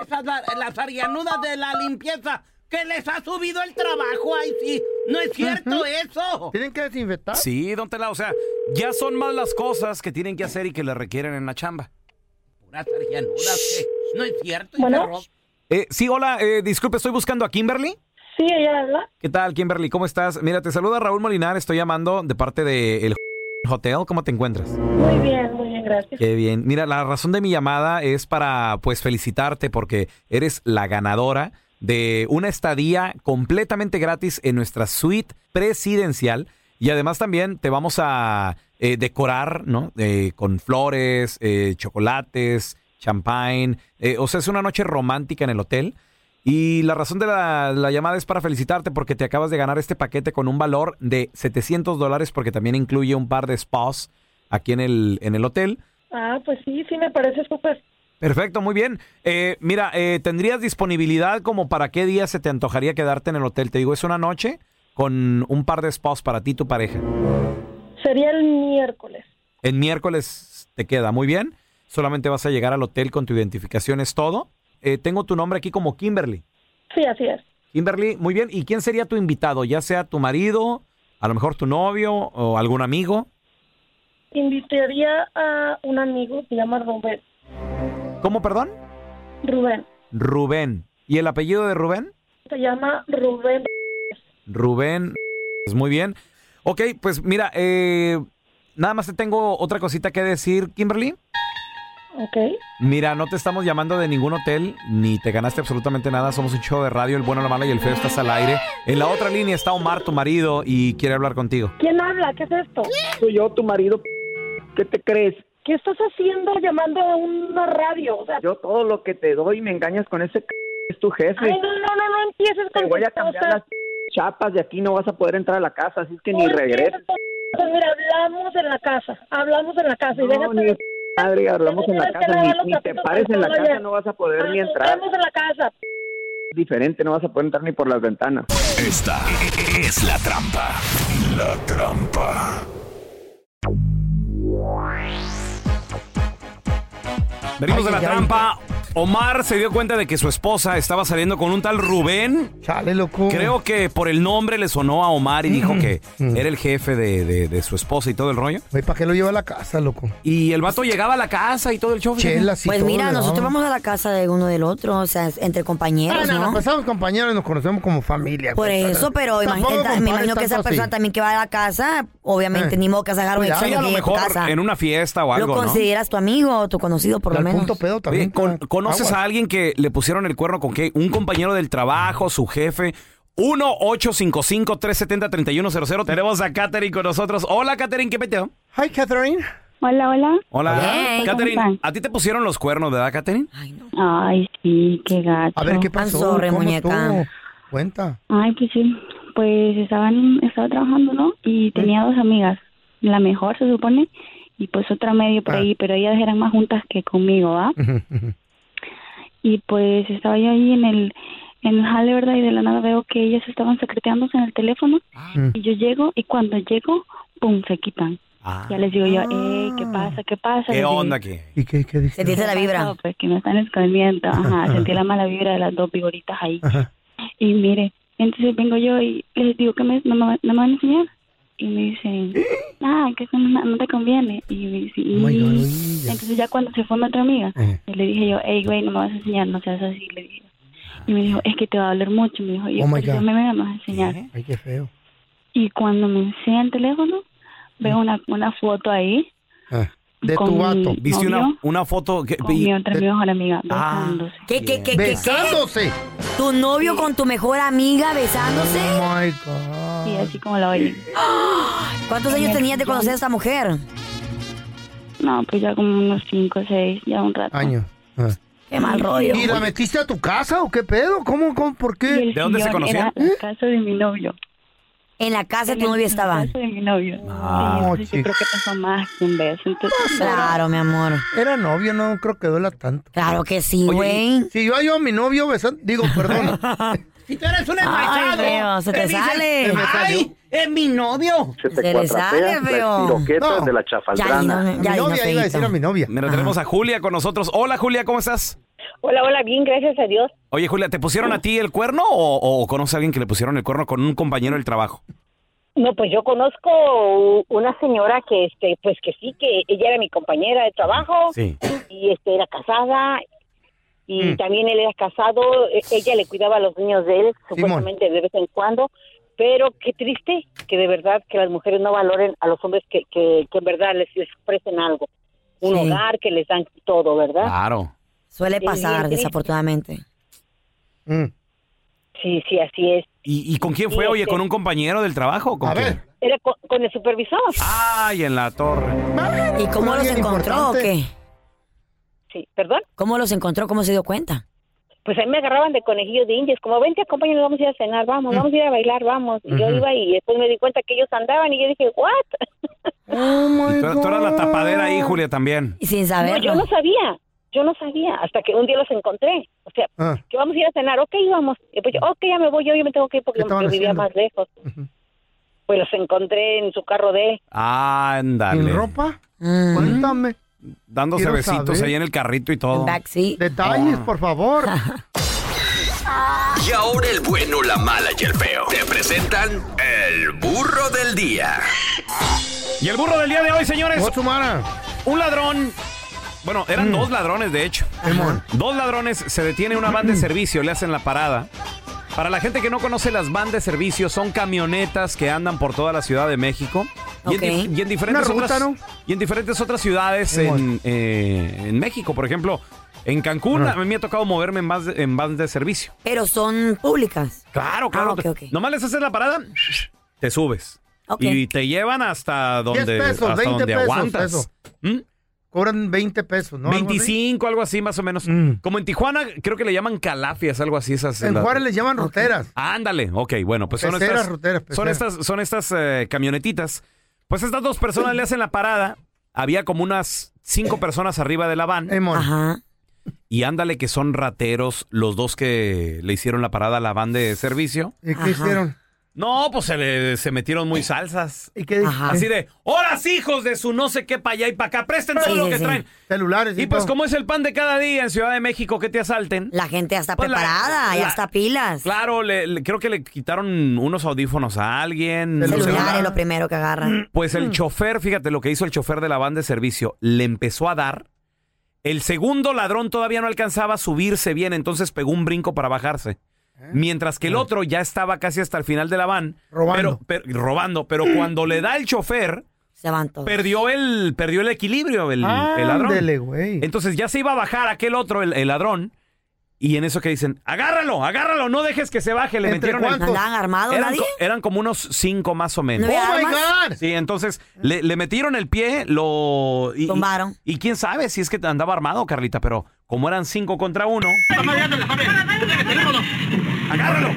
Speaker 9: Esas la- las arianudas de la limpieza que les ha subido el trabajo, ay sí. No es cierto eso.
Speaker 2: ¿Tienen que desinfectar?
Speaker 1: Sí, don Tela, o sea, ya son más las cosas que tienen que hacer y que le requieren en la chamba.
Speaker 9: Puras arianudas, ¿qué? no es cierto. y
Speaker 10: Bueno.
Speaker 9: se ro-
Speaker 1: Eh, sí, hola, eh, disculpe, estoy buscando a Kimberly.
Speaker 10: Sí, ella habla.
Speaker 1: ¿Qué tal, Kimberly? ¿Cómo estás? Mira, te saluda Raúl Molinar, estoy llamando de parte del hotel. ¿Cómo te encuentras?
Speaker 10: Muy bien, muy bien, gracias.
Speaker 1: Qué bien. Mira, la razón de mi llamada es para, pues, felicitarte porque eres la ganadora de una estadía completamente gratis en nuestra suite presidencial. Y además también te vamos a eh, decorar, ¿no? Eh, con flores, eh, chocolates, champagne. Eh, o sea, es una noche romántica en el hotel. Y la razón de la, la llamada es para felicitarte porque te acabas de ganar este paquete con un valor de 700 dólares porque también incluye un par de spas aquí en el, en el hotel.
Speaker 10: Ah, pues sí, sí, me parece súper.
Speaker 1: Perfecto, muy bien. Eh, mira, eh, ¿tendrías disponibilidad como para qué día se te antojaría quedarte en el hotel? Te digo, es una noche con un par de spas para ti y tu pareja.
Speaker 10: Sería el miércoles.
Speaker 1: El miércoles te queda muy bien. Solamente vas a llegar al hotel con tu identificación, es todo. Eh, tengo tu nombre aquí como Kimberly.
Speaker 10: Sí, así es.
Speaker 1: Kimberly, muy bien. ¿Y quién sería tu invitado? Ya sea tu marido, a lo mejor tu novio o algún amigo.
Speaker 10: Invitaría a un amigo, se llama Rubén.
Speaker 1: ¿Cómo, perdón?
Speaker 10: Rubén.
Speaker 1: Rubén. ¿Y el apellido de Rubén?
Speaker 10: Se llama Rubén.
Speaker 1: Rubén. Pues muy bien. Ok, pues mira, eh, nada más te tengo otra cosita que decir, Kimberly.
Speaker 10: Ok.
Speaker 1: Mira, no te estamos llamando de ningún hotel, ni te ganaste absolutamente nada. Somos un show de radio, el bueno, la mala y el feo estás al aire. En la otra línea está Omar, tu marido, y quiere hablar contigo.
Speaker 10: ¿Quién habla? ¿Qué es esto?
Speaker 8: Soy yo, tu marido. ¿Qué te crees?
Speaker 10: ¿Qué estás haciendo llamando a una radio? O sea,
Speaker 8: Yo todo lo que te doy me engañas con ese c... es tu jefe.
Speaker 10: ay, no, no, no, no empieces con
Speaker 8: te voy a
Speaker 10: tus
Speaker 8: cambiar
Speaker 10: cosas.
Speaker 8: las chapas de aquí, no vas a poder entrar a la casa, así es que ni
Speaker 10: No
Speaker 8: regreses.
Speaker 10: empieces con tus cosas. pues Mira, hablamos en la casa. Hablamos en la casa. y
Speaker 8: No,
Speaker 10: déjate
Speaker 8: ni
Speaker 10: de-
Speaker 8: madre, hablamos en la
Speaker 10: Déjate de
Speaker 8: casa,
Speaker 10: lavar los
Speaker 8: ni, ni te
Speaker 10: zapatos
Speaker 8: pares en la
Speaker 10: con
Speaker 8: casa,
Speaker 10: toalla.
Speaker 8: no vas a poder ni
Speaker 10: Ah, nos
Speaker 8: entrar.
Speaker 10: vemos en la casa.
Speaker 8: Es diferente, no vas a poder entrar ni por las ventanas.
Speaker 7: Esta es la trampa. La trampa.
Speaker 1: Venimos de
Speaker 2: Ay,
Speaker 1: la
Speaker 2: ay, ay.
Speaker 1: trampa. Omar se dio cuenta de que su esposa estaba saliendo con un tal Rubén
Speaker 2: Chale, loco.
Speaker 1: Creo que por el nombre le sonó a Omar y dijo que
Speaker 2: Mm.
Speaker 1: era el jefe de, de- de su esposa y todo el rollo.
Speaker 2: Oye, ¿para qué lo lleva a la casa, loco?
Speaker 1: Y el vato llegaba a la casa y todo el show. fíjate.
Speaker 2: Chelas y
Speaker 3: Pues
Speaker 2: todo
Speaker 3: mira,
Speaker 2: le daba.
Speaker 3: nosotros vamos a la casa de uno del otro, o sea, es- entre
Speaker 2: Ah,
Speaker 3: compañeros,
Speaker 2: no,
Speaker 3: ¿no?
Speaker 2: no, pues somos compañeros y nos conocemos como familia.
Speaker 3: Por
Speaker 2: güey.
Speaker 3: eso, pero
Speaker 2: Tampoco
Speaker 3: imagínate, me
Speaker 2: compares
Speaker 3: imagino que esa
Speaker 2: tanto
Speaker 3: persona
Speaker 2: así.
Speaker 3: también que va a la casa, obviamente
Speaker 2: Eh.
Speaker 3: ni modo que se agarre un
Speaker 2: Cuidado,
Speaker 1: Sí,
Speaker 3: extraño
Speaker 1: a
Speaker 3: que
Speaker 1: lo
Speaker 3: llegue a tu
Speaker 1: mejor
Speaker 3: casa.
Speaker 1: en una fiesta o algo,
Speaker 3: ¿Lo
Speaker 1: ¿no?
Speaker 3: consideras tu amigo o tu conocido, por lo
Speaker 2: Al
Speaker 3: menos?
Speaker 2: punto pedo también.
Speaker 1: Oye, con-
Speaker 2: está-
Speaker 1: ¿Conoces a
Speaker 2: aguas.
Speaker 1: alguien que le pusieron el cuerno con qué? Un compañero del trabajo, su jefe. 1-855-370-3100. Tenemos a Katherine con nosotros. Hola, Katherine, ¿qué peteo?
Speaker 2: Hi, Catherine.
Speaker 11: Hola, hola.
Speaker 1: Hola.
Speaker 3: Hola.
Speaker 1: Katherine,
Speaker 11: están?
Speaker 1: a ti te pusieron los cuernos, ¿verdad, Katherine?
Speaker 3: Ay, no.
Speaker 11: Ay, sí, qué gacho.
Speaker 2: A ver, ¿qué
Speaker 3: I'm
Speaker 2: pasó?
Speaker 3: sorry,
Speaker 2: ¿Cómo
Speaker 3: muñeca.
Speaker 2: estuvo? Cuenta.
Speaker 11: Ay, pues sí. Pues estaban, estaba trabajando, ¿no? Y tenía dos amigas. La mejor, se supone, y pues otra medio por
Speaker 2: Ah.
Speaker 11: ahí, pero ellas eran más juntas que conmigo, ¿ah? Y pues estaba yo ahí en el, en el jale, ¿verdad? Y de la nada veo que ellas estaban secreteándose en el teléfono.
Speaker 2: Ah. Mm.
Speaker 11: Y yo llego, y cuando llego, pum, se quitan.
Speaker 1: Ah.
Speaker 11: Ya les digo yo,
Speaker 2: Ah.
Speaker 11: hey, ¿qué pasa? ¿Qué pasa?
Speaker 1: ¿Qué
Speaker 11: Les digo,
Speaker 1: onda aquí?
Speaker 2: ¿Y qué, qué dice?
Speaker 3: Sentiste la vibra.
Speaker 11: No, pues que me están escondiendo. Ajá, sentí la mala vibra de las dos vigoritas ahí.
Speaker 2: Ajá.
Speaker 11: Y mire, entonces vengo yo y les digo que me, no, me, no me van a enseñar. Y me dicen, ah, que eso no, no te conviene. Y me dicen,
Speaker 2: Oh my God,
Speaker 11: "Y".
Speaker 2: oye, ya.
Speaker 11: entonces ya cuando se fue mi otra amiga,
Speaker 2: Eh.
Speaker 11: yo le dije yo, hey, güey, no me vas a enseñar, no seas así, le dije. Y me dijo, es que te va a doler mucho, me dijo, y
Speaker 2: Oh
Speaker 11: yo,
Speaker 2: my
Speaker 11: "Pero
Speaker 2: God. ¿Eh?
Speaker 11: no me vas a enseñar.
Speaker 2: Ay, qué feo.
Speaker 11: Y cuando me enseña el teléfono, veo una, una foto ahí.
Speaker 2: Ah, De
Speaker 11: Con
Speaker 2: tu
Speaker 11: mi-
Speaker 2: vato.
Speaker 1: ¿Viste una,
Speaker 11: Novio.
Speaker 1: una foto? que-
Speaker 11: Con mi otra mejor amiga,
Speaker 1: Ah.
Speaker 11: besándose.
Speaker 3: ¿Qué, qué, qué, qué, qué?
Speaker 2: Besándose.
Speaker 3: ¿Tu novio con tu mejor amiga besándose?
Speaker 2: Oh my God.
Speaker 11: Y así como la oí.
Speaker 3: ¿Cuántos años tenías de conocer a esta mujer?
Speaker 11: No, pues ya como unos 5 o 6, ya un rato.
Speaker 2: Año. Ah.
Speaker 3: Qué mal rollo.
Speaker 2: ¿Y la metiste a tu casa o qué pedo? ¿Cómo, cómo, por
Speaker 11: Y
Speaker 2: qué? ¿Mm?
Speaker 11: el
Speaker 1: ¿De dónde se
Speaker 11: sillón
Speaker 1: conocían?
Speaker 11: Era la casa de mi novio.
Speaker 3: En la casa de tu
Speaker 11: En
Speaker 3: novia
Speaker 11: el-
Speaker 3: estaba.
Speaker 11: En la casa de mi novio.
Speaker 1: Ah,
Speaker 11: Sí, entonces
Speaker 2: chica.
Speaker 11: yo creo que pasó más que un beso.
Speaker 3: Ah,
Speaker 11: Entonces,
Speaker 3: Claro, mi amor.
Speaker 2: Era novio, no creo que duela tanto.
Speaker 3: Claro que sí,
Speaker 1: Oye,
Speaker 3: güey.
Speaker 2: Si yo hallo a mi novio besando, digo, perdón.
Speaker 9: Si tú eres un
Speaker 3: Ay,
Speaker 9: enmaizado.
Speaker 3: feo, se te
Speaker 9: que dices,
Speaker 3: sale.
Speaker 9: ¡Ay, es mi novio!
Speaker 3: Se Ah, le sale, feo.
Speaker 2: No.
Speaker 12: de la
Speaker 3: Ya,
Speaker 12: chafaldrana.
Speaker 3: no, ya,
Speaker 2: mi
Speaker 3: no,
Speaker 2: novia, iba a decir
Speaker 3: feíto.
Speaker 2: a mi novia.
Speaker 1: Mira, tenemos a Julia con nosotros. Hola, Julia, ¿cómo estás?
Speaker 13: Hola, hola, bien, gracias a Dios.
Speaker 1: Oye, Julia, ¿te pusieron a ti el cuerno o, o conoces a alguien que le pusieron el cuerno con un compañero del trabajo?
Speaker 13: No, pues yo conozco una señora que, este, pues que sí, que ella era mi compañera de trabajo
Speaker 1: Sí.
Speaker 13: y este era casada y
Speaker 1: Mm.
Speaker 13: también él era casado. E- Ella le cuidaba a los niños de él, supuestamente de vez en cuando. Pero qué triste que de verdad que las mujeres no valoren a los hombres que, que, que en verdad les, les ofrecen algo. Un
Speaker 3: Sí. Ah.
Speaker 13: hogar, que les dan todo, ¿verdad?
Speaker 1: Claro.
Speaker 3: Suele
Speaker 13: Sí, bien
Speaker 3: pasar,
Speaker 13: triste.
Speaker 3: desafortunadamente.
Speaker 13: Sí, sí, así es.
Speaker 1: ¿Y, y con quién fue?
Speaker 13: Sí,
Speaker 1: Oye,
Speaker 13: sí.
Speaker 1: ¿con un compañero del trabajo? o ¿Con quién?
Speaker 13: Era con, con el supervisor.
Speaker 1: Ay, en la torre.
Speaker 3: ¿Y cómo los encontró o qué?
Speaker 13: Sí, ¿perdón?
Speaker 3: ¿Cómo los encontró? ¿Cómo se dio cuenta?
Speaker 13: pues ahí me agarraban de conejillos de indias, como vente, acompáñanos, vamos a ir a cenar, vamos, vamos a ir a bailar, vamos. Y yo
Speaker 1: Ujú.
Speaker 13: iba y después me di cuenta que ellos andaban y yo dije, ¿what?
Speaker 1: Y tú, eras- tú eras la tapadera ahí, Julia, también.
Speaker 3: Oh Y sin
Speaker 13: No, yo no sabía, yo no sabía, hasta que un día los encontré. O sea,
Speaker 1: Ah.
Speaker 13: que vamos a ir a cenar, ok, vamos. Y pues yo, ok, ya me voy yo, yo me tengo que ir porque yo
Speaker 1: estaban
Speaker 13: vivía
Speaker 1: haciendo?
Speaker 13: más lejos. Pues los encontré en su carro de él.
Speaker 1: Ándale.
Speaker 2: ¿Sin ropa? Cuéntame.
Speaker 1: Dándose
Speaker 2: Quiero
Speaker 1: besitos
Speaker 2: saber.
Speaker 1: ahí en el carrito y todo.
Speaker 2: Detalles,
Speaker 1: Oh.
Speaker 2: por favor.
Speaker 7: Y ahora el bueno, la mala y el feo. Te presentan el burro del día.
Speaker 1: Y el burro del día de hoy, señores. Un ladrón. Bueno,
Speaker 2: Mm.
Speaker 1: eran dos ladrones, de hecho. Dos ladrones se detiene una
Speaker 2: Mm.
Speaker 1: van de servicio, le hacen la parada. Para la gente que no conoce, las van de servicio son camionetas que andan por toda la Ciudad de México. Y, en, di-
Speaker 2: Ok.
Speaker 1: y en diferentes
Speaker 2: Una ruta,
Speaker 1: otras,
Speaker 2: ¿no?
Speaker 1: y en diferentes otras ciudades en, eh, en México. Por ejemplo, en Cancún a mí me ha tocado moverme en, más de- en van de servicio.
Speaker 3: Pero son públicas.
Speaker 1: Claro, claro.
Speaker 3: Ah, ok, ok.
Speaker 1: Nomás les haces la parada, te subes.
Speaker 3: Ok.
Speaker 1: Y te llevan hasta donde,
Speaker 2: 10 pesos,
Speaker 1: hasta
Speaker 2: 20
Speaker 1: donde
Speaker 2: pesos.
Speaker 1: aguantas. ¿Mm?
Speaker 2: eso. Cobran 20 pesos, ¿no? Algo así. Mm.
Speaker 1: 25, algo así más o menos. Como en Tijuana, creo que le llaman calafias, algo así. Esas,
Speaker 2: En
Speaker 1: la-
Speaker 2: Juárez les llaman roteras.
Speaker 1: Ándale, ok, bueno, pues son
Speaker 2: Peceras,
Speaker 1: estas,
Speaker 2: ruteras,
Speaker 1: son
Speaker 2: peceras.
Speaker 1: estas, son estas eh, camionetitas. Pues estas dos personas le hacen la parada. Había como unas cinco personas arriba de la van. Y ándale que son rateros los dos que le hicieron la parada a la van de servicio.
Speaker 2: ¿Y qué hicieron?
Speaker 1: No, pues se, le- se metieron muy salsas.
Speaker 2: ¿Y qué
Speaker 1: Ajá. Así de, horas hijos de su no sé qué para allá y para acá, presten todo
Speaker 2: Sí,
Speaker 1: lo
Speaker 2: sí,
Speaker 1: que
Speaker 2: sí.
Speaker 1: traen.
Speaker 2: Celulares.
Speaker 1: Y pues como es el pan de cada día en Ciudad de México que te asalten.
Speaker 3: La gente ya está
Speaker 1: Pues la-
Speaker 3: preparada, ya
Speaker 1: la-
Speaker 3: está pilas.
Speaker 1: Claro, le- le- creo que le quitaron unos audífonos a alguien. no sé,
Speaker 3: Celular
Speaker 1: ¿verdad?
Speaker 3: es lo primero que agarran.
Speaker 1: Pues el chofer, fíjate lo que hizo el chofer de la van de servicio, le empezó a dar. El segundo ladrón todavía no alcanzaba a subirse bien, entonces pegó un brinco para bajarse. Mientras que el otro ya estaba casi hasta el final de la van.
Speaker 2: Robando.
Speaker 1: Pero, pero- robando, pero cuando le da el chofer,
Speaker 3: Se van todos.
Speaker 1: perdió el, perdió el equilibrio el, el ladrón.
Speaker 2: Ándele, güey.
Speaker 1: Entonces ya se iba a bajar aquel otro, el, el ladrón. Y en eso que dicen, agárralo, agárralo, no dejes que se baje. Le
Speaker 3: ¿Entre
Speaker 1: metieron el-
Speaker 3: cuántos? ¿Andaban armados
Speaker 1: eran,
Speaker 3: nadie?
Speaker 1: co- eran como unos cinco más o menos.
Speaker 3: ¿No había ¡Oh, my armas?
Speaker 1: Sí, entonces le, le metieron el pie, lo... Y,
Speaker 3: Tumbaron.
Speaker 1: Y, y quién sabe si es que andaba armado, Carlita, pero como eran cinco contra uno... ¡Agárralo!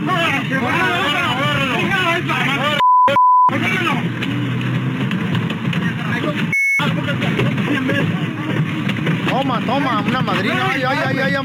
Speaker 2: Toma, toma, una madrina. Ay, ay, ay, ay,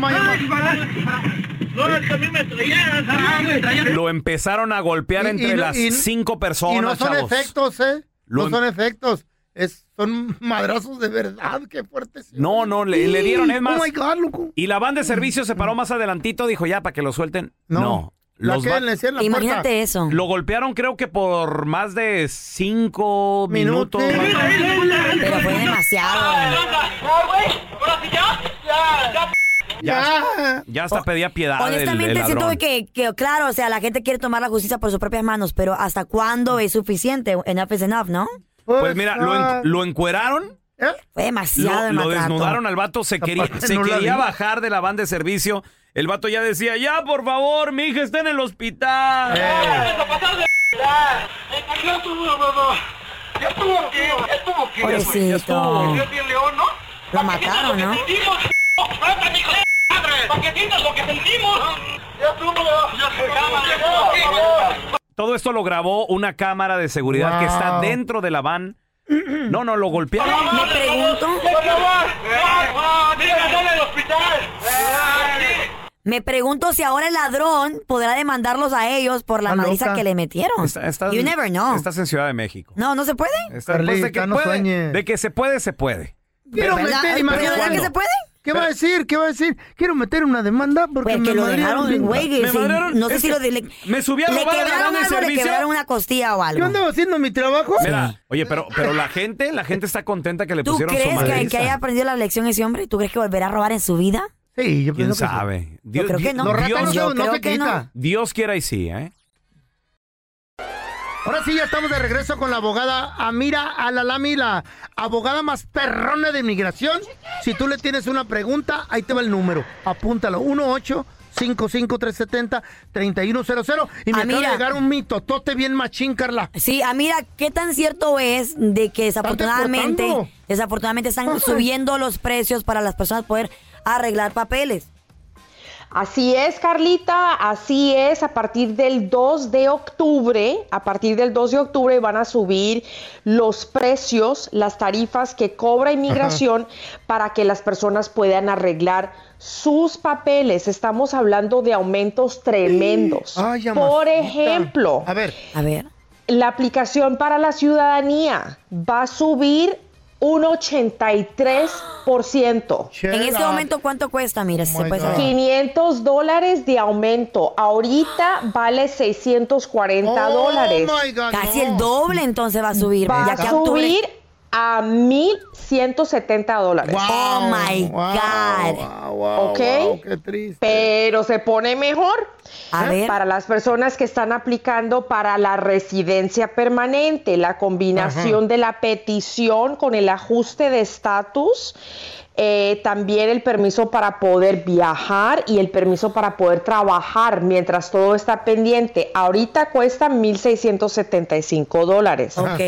Speaker 2: ay, ay,
Speaker 1: Lo empezaron a golpear
Speaker 2: Y- y
Speaker 1: entre
Speaker 2: no-
Speaker 1: las
Speaker 2: y-
Speaker 1: cinco
Speaker 2: ay.
Speaker 1: personas,
Speaker 2: Y no son
Speaker 1: chavos.
Speaker 2: efectos, ¿eh?
Speaker 1: Lo
Speaker 2: No
Speaker 1: em-
Speaker 2: son efectos. Es, son madrazos de verdad. Qué fuertes.
Speaker 1: No, no, le, le dieron, es más...
Speaker 2: Oh my God, loco.
Speaker 1: Y la van de servicio se paró más adelantito, dijo ya, para que lo suelten. No.
Speaker 2: La
Speaker 1: los
Speaker 2: que
Speaker 1: va-
Speaker 2: le decían la puerta.
Speaker 3: eso.
Speaker 1: Lo golpearon creo que por más de cinco
Speaker 2: Minutos.
Speaker 1: minutos.
Speaker 3: Pero fue demasiado.
Speaker 1: Ya, ya hasta pedía piedad. del-
Speaker 3: Honestamente
Speaker 1: del
Speaker 3: siento
Speaker 1: ladrón.
Speaker 3: que, que, claro, o sea, la gente quiere tomar la justicia por sus propias manos, pero ¿hasta cuándo es suficiente? Enough is enough, ¿no?
Speaker 1: Pues mira, lo, en- lo encueraron,
Speaker 3: Fue
Speaker 1: lo,
Speaker 3: demasiado el
Speaker 1: lo
Speaker 3: maltrato.
Speaker 1: desnudaron al vato, se quería,
Speaker 2: parte
Speaker 1: se
Speaker 2: ¿Eh? no la
Speaker 1: quería
Speaker 2: vi.
Speaker 1: bajar de la van de servicio. El vato ya decía, ya, por favor, mi hija está en el hospital.
Speaker 2: Eh.
Speaker 3: Pobrecito. Lo mataron, ¿no?
Speaker 1: Todo esto lo grabó una cámara de seguridad que está
Speaker 2: Wow.
Speaker 1: dentro de la van. No, no, lo golpearon.
Speaker 3: Me pregunto, Me pregunto si ahora el ladrón podrá demandarlos a ellos por la
Speaker 1: Está
Speaker 3: madriza
Speaker 1: loca.
Speaker 3: que le metieron.
Speaker 1: Está- estás-
Speaker 3: you never know.
Speaker 1: Estás en Ciudad de México.
Speaker 3: No, no se puede.
Speaker 1: Estás- pues, de, que puede- de que se puede, se puede.
Speaker 2: Quiero
Speaker 3: ¿Verdad? Ay,
Speaker 2: meter,
Speaker 3: pero
Speaker 2: imagínate.
Speaker 3: ¿verdad que se puede?
Speaker 2: ¿Qué va a decir? ¿Qué va a decir? Quiero meter una demanda porque
Speaker 3: Pues
Speaker 2: me
Speaker 3: que lo
Speaker 2: madrearon
Speaker 3: dejaron,
Speaker 2: bien.
Speaker 3: güey.
Speaker 2: Me
Speaker 3: sí,
Speaker 2: madrearon.
Speaker 3: no sé
Speaker 2: Es
Speaker 3: si
Speaker 2: que
Speaker 3: lo de- le,
Speaker 1: me subí a
Speaker 3: le
Speaker 1: robar a la
Speaker 3: quebraron
Speaker 1: banda de
Speaker 3: algo, le
Speaker 1: servicio.
Speaker 3: quebraron una costilla o algo.
Speaker 2: ¿Yo andaba haciendo mi trabajo?
Speaker 1: Mira, oye, pero, pero la gente, la gente está contenta que le
Speaker 3: ¿Tú
Speaker 1: pusieron su
Speaker 3: crees que,
Speaker 1: madriza.
Speaker 3: que haya aprendido la lección ese hombre? ¿Tú crees que volverá a robar en su vida?
Speaker 2: Sí, yo
Speaker 1: ¿Quién
Speaker 2: pienso que sí.
Speaker 1: sabe? Dios,
Speaker 3: creo que
Speaker 1: Dios-
Speaker 3: no. Los ratas
Speaker 1: Dios-
Speaker 3: no se- no Yo se creo que no. quita.
Speaker 1: Dios quiera y sí, ¿eh?
Speaker 2: Ahora sí, ya estamos de regreso con la abogada Amira Alalami, la abogada más perrona de inmigración. Si tú le tienes una pregunta, ahí te va el número. Apúntalo, 1-855-370-3100. Y me acaba de
Speaker 3: Amira.
Speaker 2: llegar un mitotote bien machín, Carla.
Speaker 3: Sí, ah, mira, ¿qué tan cierto es de que desafortunadamente,
Speaker 2: deportando.
Speaker 3: desafortunadamente están subiendo los precios para las personas poder arreglar papeles?
Speaker 12: Así es, Carlita, así es. A partir del 2 de octubre, a partir del 2 de octubre van a subir los precios, las tarifas que cobra inmigración para que las personas puedan arreglar sus papeles. Estamos hablando de aumentos tremendos.
Speaker 14: Ay,
Speaker 12: Por
Speaker 14: amacita.
Speaker 12: ejemplo,
Speaker 2: a ver,
Speaker 3: a ver.
Speaker 12: La aplicación para la ciudadanía va a subir un 83%.
Speaker 3: En este momento, ¿cuánto cuesta?
Speaker 2: Oh
Speaker 3: Mira, si se puede saber.
Speaker 12: 500 dólares de aumento. Ahorita vale 640 dólares.
Speaker 3: Casi el doble entonces va a subir.
Speaker 12: Va
Speaker 3: ya
Speaker 12: a
Speaker 3: que octubre-
Speaker 12: subir a 1170 dólares.
Speaker 3: Oh my God.
Speaker 12: ok. Pero se pone mejor. ¿eh?
Speaker 3: A ver.
Speaker 12: Para las personas que están aplicando para la residencia permanente, la combinación
Speaker 15: Ajá.
Speaker 12: de la petición con el ajuste de estatus, eh, también el permiso para poder viajar y el permiso para poder trabajar mientras todo está pendiente. Ahorita cuesta 1.675 dólares.
Speaker 3: Ok.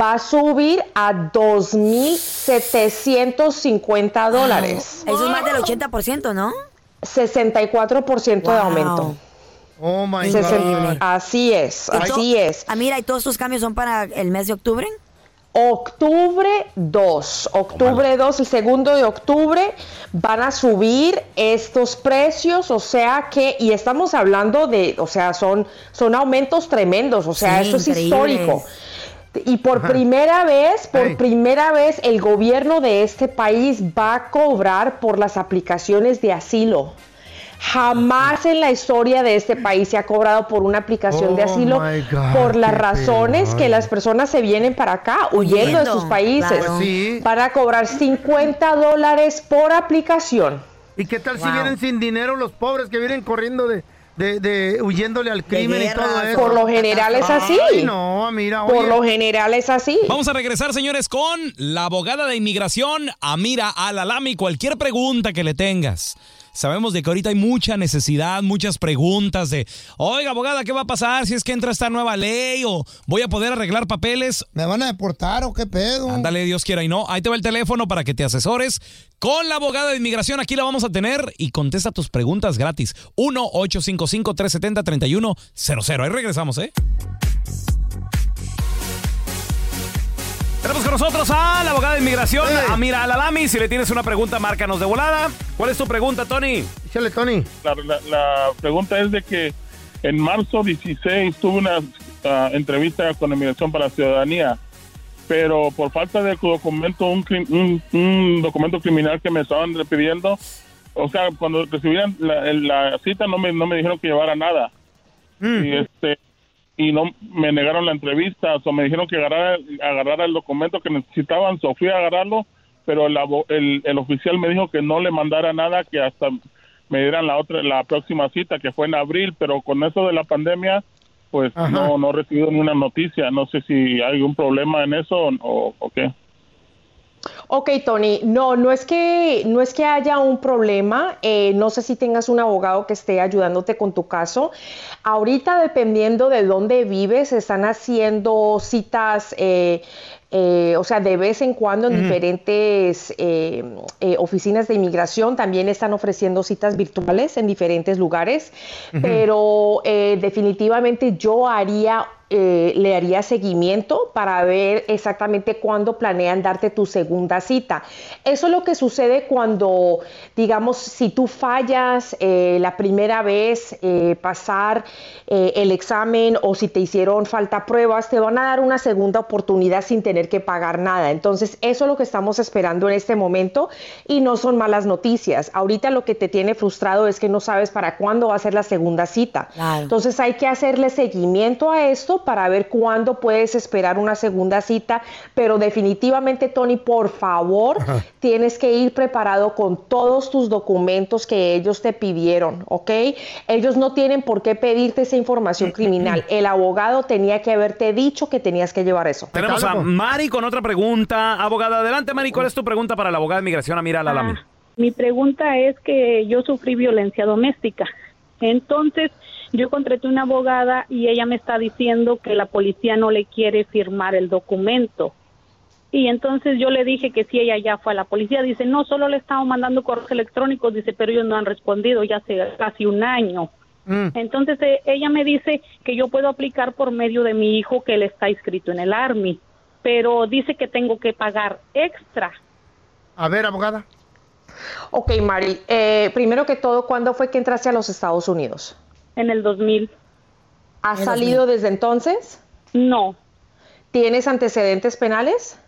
Speaker 12: Va a subir a 2.750 dólares.
Speaker 3: Eso es más del 80%, ¿no?
Speaker 12: 64% de aumento.
Speaker 2: Oh my
Speaker 12: Sesen-
Speaker 2: God.
Speaker 12: Así es, así es.
Speaker 3: Ah, mira, ¿y todos tus cambios son para el mes de octubre?
Speaker 12: Octubre 2, octubre 2, el segundo de octubre van a subir estos precios, o sea que, y estamos hablando de, o sea, son, son aumentos tremendos, o sea,
Speaker 15: Sí,
Speaker 12: esto es
Speaker 15: increíbles.
Speaker 12: histórico. Y por primera vez, por primera vez, el gobierno de este país va a cobrar por las aplicaciones de asilo. Jamás en la historia de este país se ha cobrado por una aplicación de
Speaker 15: Oh,
Speaker 12: asilo
Speaker 15: my God,
Speaker 12: por las
Speaker 15: qué
Speaker 12: razones que
Speaker 15: pena.
Speaker 12: las personas se vienen para acá huyendo de
Speaker 15: Huyendo,
Speaker 12: sus países.
Speaker 15: claro. Pues sí.
Speaker 12: Van a cobrar 50 dólares por aplicación.
Speaker 2: ¿Y qué tal si vienen sin dinero los pobres que vienen corriendo de, de, de- huyéndole al crimen y todo eso?
Speaker 12: Por lo general es así.
Speaker 2: Ay, no, mira,
Speaker 12: Por
Speaker 2: oye.
Speaker 12: lo general es así.
Speaker 16: Vamos a regresar, señores, con la abogada de inmigración, Amira Alalami. Cualquier pregunta que le tengas. Sabemos de que ahorita hay mucha necesidad, muchas preguntas de, oiga, abogada, ¿qué va a pasar si es que entra esta nueva ley o voy a poder arreglar papeles?
Speaker 17: ¿Me van a deportar o qué pedo?
Speaker 16: Ándale, Dios quiera y no. Ahí te va el teléfono para que te asesores con la abogada de inmigración. Aquí la vamos a tener y contesta tus preguntas gratis. 1-855-370-3100. Ahí regresamos, ¿eh? Tenemos con nosotros a la abogada de inmigración,
Speaker 2: Eh.
Speaker 16: Amira Alalami. Si le tienes una pregunta, márcanos de volada. ¿Cuál es tu pregunta, Tony?
Speaker 2: Échale, Tony.
Speaker 18: La, la- la pregunta es de que en marzo 16 tuve una ah, entrevista con Inmigración para la Ciudadanía, pero por falta de documento, un, cri- un- un documento criminal que me estaban pidiendo, o sea, cuando recibían la, el- la cita no me, no me dijeron que llevara nada. Y este y no me negaron la entrevista, o me dijeron que agarrara, agarrara el documento que necesitaban, so fui a agarrarlo, pero el, abo- el, el oficial me dijo que no le mandara nada, que hasta me dieran la otra la próxima cita que fue en abril, pero con eso de la pandemia pues no no he recibido ninguna noticia, no sé si hay algún problema en eso o, o- o qué.
Speaker 12: Ok, Tony, no, no es que, no es que haya un problema. eh, no sé si tengas un abogado que esté ayudándote con tu caso. Ahorita, dependiendo de dónde vives, están haciendo citas eh, eh, o sea, de vez en cuando en
Speaker 14: Ujú.
Speaker 12: diferentes eh, eh, oficinas de inmigración también están ofreciendo citas virtuales en diferentes lugares,
Speaker 14: Ujú.
Speaker 12: pero eh, definitivamente yo haría... eh, le haría seguimiento para ver exactamente cuándo planean darte tu segunda cita. Eso es lo que sucede cuando, digamos, si tú fallas eh, la primera vez eh, pasar eh, el examen o si te hicieron falta pruebas, te van a dar una segunda oportunidad sin tener que pagar nada. Entonces, eso es lo que estamos esperando en este momento y no son malas noticias. Ahorita lo que te tiene frustrado es que no sabes para cuándo va a ser la segunda cita. Entonces, hay que hacerle seguimiento a esto para ver cuándo puedes esperar una segunda cita, pero definitivamente, Tony, por favor,
Speaker 14: Ajá.
Speaker 12: tienes que ir preparado con todos tus documentos que ellos te pidieron, ¿ok? Ellos no tienen por qué pedirte esa información criminal. El abogado tenía que haberte dicho que tenías que llevar eso.
Speaker 1: Tenemos a Mari con otra pregunta. Abogada, adelante, Mari. ¿Cuál es tu pregunta para la abogada de migración
Speaker 12: Ah.
Speaker 1: Amira Alalami?
Speaker 10: Mi pregunta es que yo sufrí violencia doméstica. Entonces, yo contraté una abogada y ella me está diciendo que la policía no le quiere firmar el documento. Y entonces yo le dije que si ella ya fue a la policía, dice, no, solo le estamos mandando correos electrónicos, dice, pero ellos no han respondido ya hace casi un año.
Speaker 6: Mm.
Speaker 10: Entonces eh, ella me dice que yo puedo aplicar por medio de mi hijo que él está inscrito en el Army, pero dice que tengo que pagar extra.
Speaker 2: A ver, abogada.
Speaker 12: Ok, Mari, eh, primero que todo, ¿cuándo fue que entraste a los Estados Unidos?
Speaker 10: En el 2000.
Speaker 12: ¿Has
Speaker 10: En el
Speaker 12: salido desde entonces?
Speaker 10: No.
Speaker 12: ¿Tienes antecedentes penales?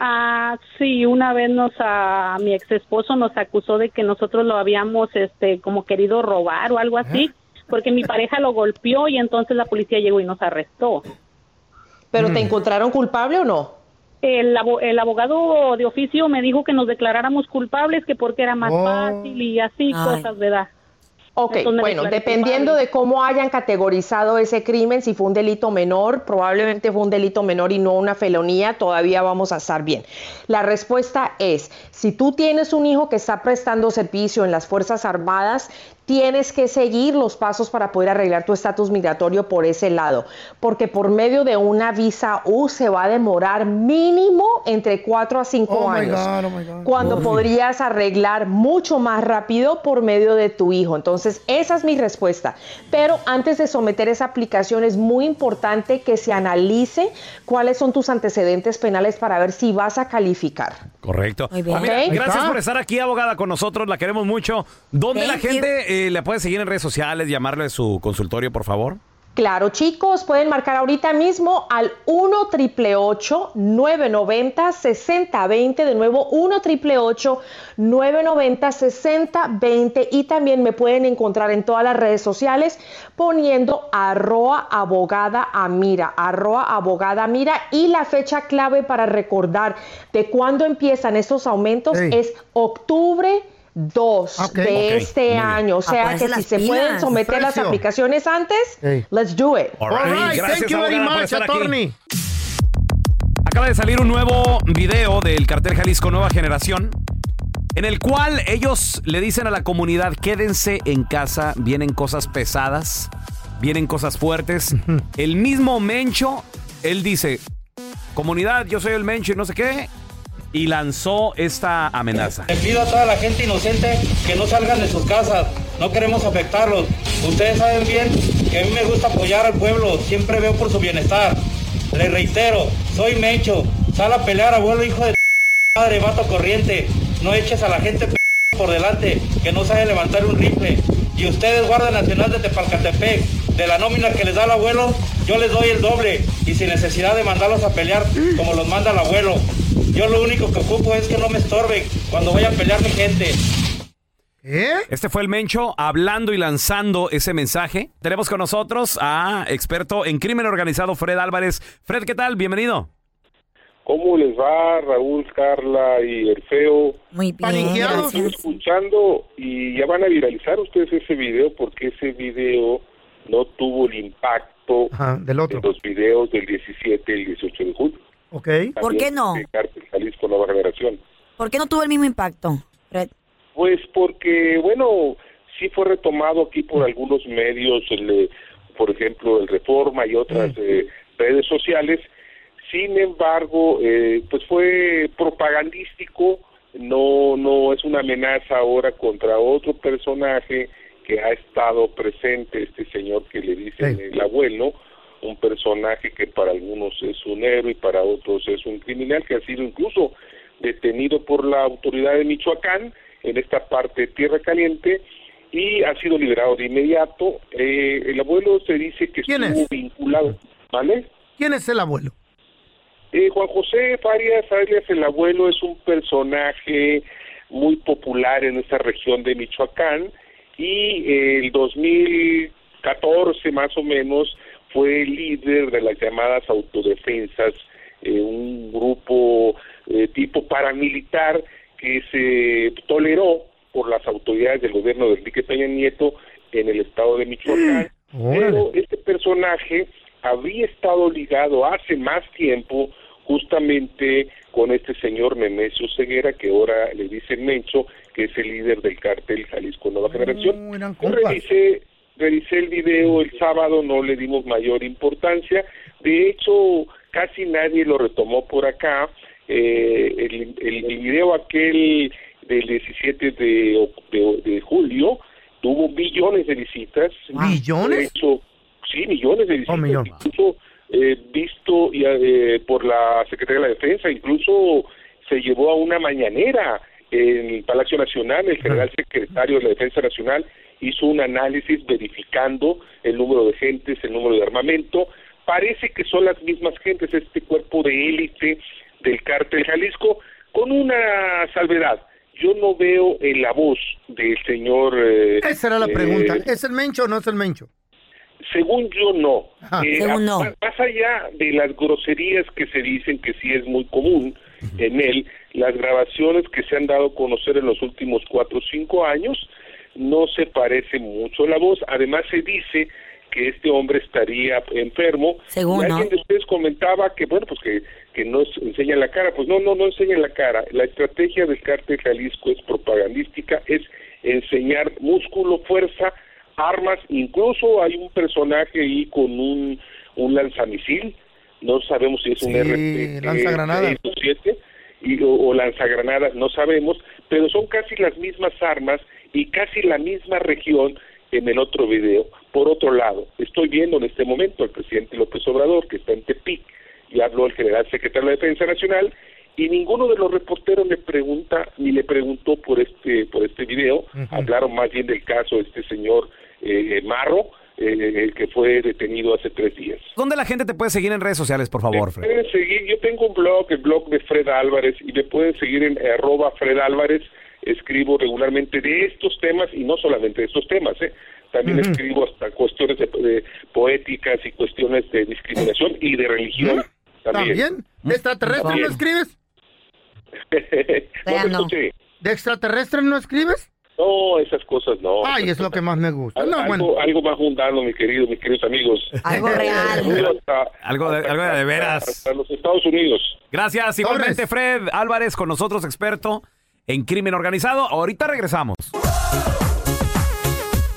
Speaker 10: Ah, sí, una vez nos a mi ex esposo nos acusó de que nosotros lo habíamos este como querido robar o algo así, porque mi pareja lo golpeó y entonces la policía llegó y nos arrestó.
Speaker 12: ¿Pero
Speaker 10: Mm.
Speaker 12: te encontraron culpable o no?
Speaker 10: El, abo- el abogado de oficio me dijo que nos declaráramos culpables, que porque era más
Speaker 12: Oh.
Speaker 10: fácil y así
Speaker 12: Ay.
Speaker 10: cosas, ¿verdad?
Speaker 12: Ok,
Speaker 10: Entonces me
Speaker 12: bueno,
Speaker 10: declaré
Speaker 12: dependiendo
Speaker 10: culpable.
Speaker 12: de cómo hayan categorizado ese crimen, si fue un delito menor, probablemente fue un delito menor y no una felonía, todavía vamos a estar bien. La respuesta es, si tú tienes un hijo que está prestando servicio en las Fuerzas Armadas, tienes que seguir los pasos para poder arreglar tu estatus migratorio por ese lado, porque por medio de una visa U se va a demorar mínimo entre 4 a 5
Speaker 2: Oh my
Speaker 12: años
Speaker 2: God, oh my God.
Speaker 12: cuando
Speaker 2: Uy.
Speaker 12: podrías arreglar mucho más rápido por medio de tu hijo. Entonces, esa es mi respuesta. Pero antes de someter esa aplicación, es muy importante que se analice cuáles son tus antecedentes penales para ver si vas a calificar.
Speaker 1: Correcto.
Speaker 12: bien.
Speaker 1: Amira,
Speaker 12: Ok. Ahí
Speaker 1: gracias
Speaker 12: está.
Speaker 1: por estar aquí, abogada, con nosotros. La queremos mucho. ¿Dónde la
Speaker 12: Thank you.
Speaker 1: gente eh, la puede seguir en redes sociales, llamarle a su consultorio, por favor?
Speaker 12: Claro, chicos, pueden marcar ahorita mismo al 1 triple 990 6020. De nuevo, 1 triple 990 6020. Y también me pueden encontrar en todas las redes sociales poniendo arroa abogada amira, arroa abogada amira. Y la fecha clave para recordar de cuándo empiezan estos aumentos
Speaker 14: Ey.
Speaker 12: es octubre 2
Speaker 14: Ok.
Speaker 12: de
Speaker 14: Ok, muy
Speaker 12: este
Speaker 14: bien.
Speaker 12: año. O sea
Speaker 14: Acuérdense
Speaker 12: que si
Speaker 14: Ah, pues las
Speaker 12: se pueden
Speaker 14: pilas.
Speaker 12: someter las
Speaker 14: Precio.
Speaker 12: aplicaciones antes,
Speaker 1: Ey.
Speaker 12: let's do it.
Speaker 1: All right. All right, Gracias, thank you very abogada, por much, estar aquí. attorney.
Speaker 12: Tony.
Speaker 1: Acaba de salir un nuevo video del cartel Jalisco Nueva Generación, en el cual ellos le dicen a la comunidad, quédense en casa, vienen cosas pesadas, vienen cosas fuertes. El mismo Mencho, él dice, comunidad, yo soy el Mencho y no sé qué, y lanzó esta amenaza.
Speaker 15: Les pido a toda la gente inocente que no salgan de sus casas, no queremos afectarlos. Ustedes saben bien que a mí me gusta apoyar al pueblo, siempre veo por su bienestar. Les reitero, soy Mecho, sal a pelear, abuelo, hijo de madre, vato corriente. No eches a la gente p- por delante, que no sabe levantar un rifle. Y ustedes, Guardia Nacional de Tepalcatepec, de la nómina que les da el abuelo, yo les doy el doble y sin necesidad de mandarlos a pelear como los manda el abuelo. Yo lo único que ocupo es que no me estorben cuando vaya a pelear mi gente.
Speaker 2: ¿Eh?
Speaker 1: Este fue el Mencho hablando y lanzando ese mensaje. Tenemos con nosotros a experto en crimen organizado Fred Álvarez. Fred, ¿qué tal? Bienvenido.
Speaker 19: ¿Cómo les va Raúl, Carla y el feo?
Speaker 3: Muy
Speaker 19: bien. Estoy escuchando y ya van a viralizar ustedes ese video porque ese video no tuvo el impacto
Speaker 2: Ajá, del otro.
Speaker 19: de los videos del 17 y el 18 de julio.
Speaker 2: Ok.
Speaker 3: ¿Por qué
Speaker 19: También
Speaker 3: no?
Speaker 19: de Cártel Jalisco Nueva Generación.
Speaker 3: ¿Por qué no tuvo el mismo impacto? Fred?
Speaker 19: Pues porque, bueno, sí fue retomado aquí por algunos medios, el, eh, por ejemplo, el Reforma y otras eh, redes sociales. Sin embargo, eh, pues fue propagandístico, no, no es una amenaza ahora contra otro personaje que ha estado presente, este señor que le dicen
Speaker 2: Sí.
Speaker 19: el abuelo, un personaje que para algunos es un héroe y para otros es un criminal, que ha sido incluso detenido por la autoridad de Michoacán en esta parte de Tierra Caliente y ha sido liberado de inmediato. Eh, el abuelo se dice que
Speaker 2: ¿Quién
Speaker 19: estuvo
Speaker 2: es?
Speaker 19: vinculado, ¿vale?
Speaker 2: ¿Quién es el abuelo?
Speaker 19: Eh, Juan José Farias Arias, el abuelo, es un personaje muy popular en esta región de Michoacán y eh, el 2014 más o menos fue líder de las llamadas autodefensas, eh, un grupo eh, tipo paramilitar que se toleró por las autoridades del gobierno de Enrique Peña Nieto en el estado de Michoacán. Pero este personaje había estado ligado hace más tiempo justamente con este señor Nemesio Ceguera, que ahora le dicen Mencho, que es el líder del cártel Jalisco Nueva Generación. Yo revisé, revisé el video el sábado, no le dimos mayor importancia. De hecho, casi nadie lo retomó por acá. Eh, el, el- el video aquel del 17 de, oc- de- de julio tuvo millones de visitas.
Speaker 2: ¿Millones?
Speaker 19: De hecho, sí, millones de visitas.
Speaker 2: Un millón.
Speaker 19: Incluso eh, visto y, eh, por la Secretaría de la Defensa, incluso se llevó a una mañanera en el Palacio Nacional, el general secretario de la Defensa Nacional hizo un análisis verificando el número de gentes, el número de armamento. Parece que son las mismas gentes, este cuerpo de élite del cártel Jalisco, con una salvedad. Yo no veo en la voz del señor... eh,
Speaker 2: Esa era la
Speaker 19: eh,
Speaker 2: pregunta. ¿Es el mencho o no es el mencho?
Speaker 19: según yo, no.
Speaker 2: Ajá.
Speaker 19: Eh,
Speaker 2: Según no.
Speaker 19: Más, más allá de las groserías que se dicen que sí es muy común en él, las grabaciones que se han dado a conocer en los últimos cuatro o cinco años no se parece mucho la voz. Además, se dice que este hombre estaría enfermo.
Speaker 3: Según,
Speaker 19: y
Speaker 3: ¿no?
Speaker 19: alguien de ustedes comentaba que, bueno, pues que, que no es- enseña la cara. Pues no, no, no enseña la cara. La estrategia del cártel Jalisco es propagandística, es enseñar músculo, fuerza, armas, incluso hay un personaje ahí con un, un lanzamisil, no sabemos si es un
Speaker 2: Sí,
Speaker 19: RPG,
Speaker 2: lanzagranadas.
Speaker 19: seis o siete, y, o, o lanzagranadas, no sabemos, pero son casi las mismas armas y casi la misma región en el otro video. Por otro lado, estoy viendo en este momento al presidente López Obrador, que está en Tepic, y habló el general secretario de la Defensa Nacional, y ninguno de los reporteros le pregunta ni le preguntó por este por este video hablaron más bien del caso de este señor eh, Marro eh, el que fue detenido hace tres días
Speaker 1: ¿Dónde la gente te puede seguir en redes sociales, por favor, Fred?
Speaker 19: pueden seguir yo tengo un blog el blog de Fred Álvarez y me pueden seguir en arroba Fred Álvarez escribo regularmente de estos temas y no solamente de estos temas ¿eh? también
Speaker 2: Ujú.
Speaker 19: escribo hasta cuestiones de, de poéticas y cuestiones de discriminación y de religión
Speaker 2: ¿También? ¿De extraterrestre no
Speaker 19: También.
Speaker 2: escribes?
Speaker 19: no pues, te escuché.
Speaker 2: ¿De extraterrestre no escribes?
Speaker 19: No, esas cosas no.
Speaker 2: Ay, es lo que más me gusta.
Speaker 19: Al-
Speaker 2: No,
Speaker 19: algo,
Speaker 2: bueno.
Speaker 19: algo más mundano, mi querido, mis queridos amigos. Algo real.
Speaker 1: Algo de, algo de veras.
Speaker 19: Hasta los Estados Unidos.
Speaker 1: Gracias, igualmente Fred Álvarez con nosotros, experto en crimen organizado. Ahorita regresamos.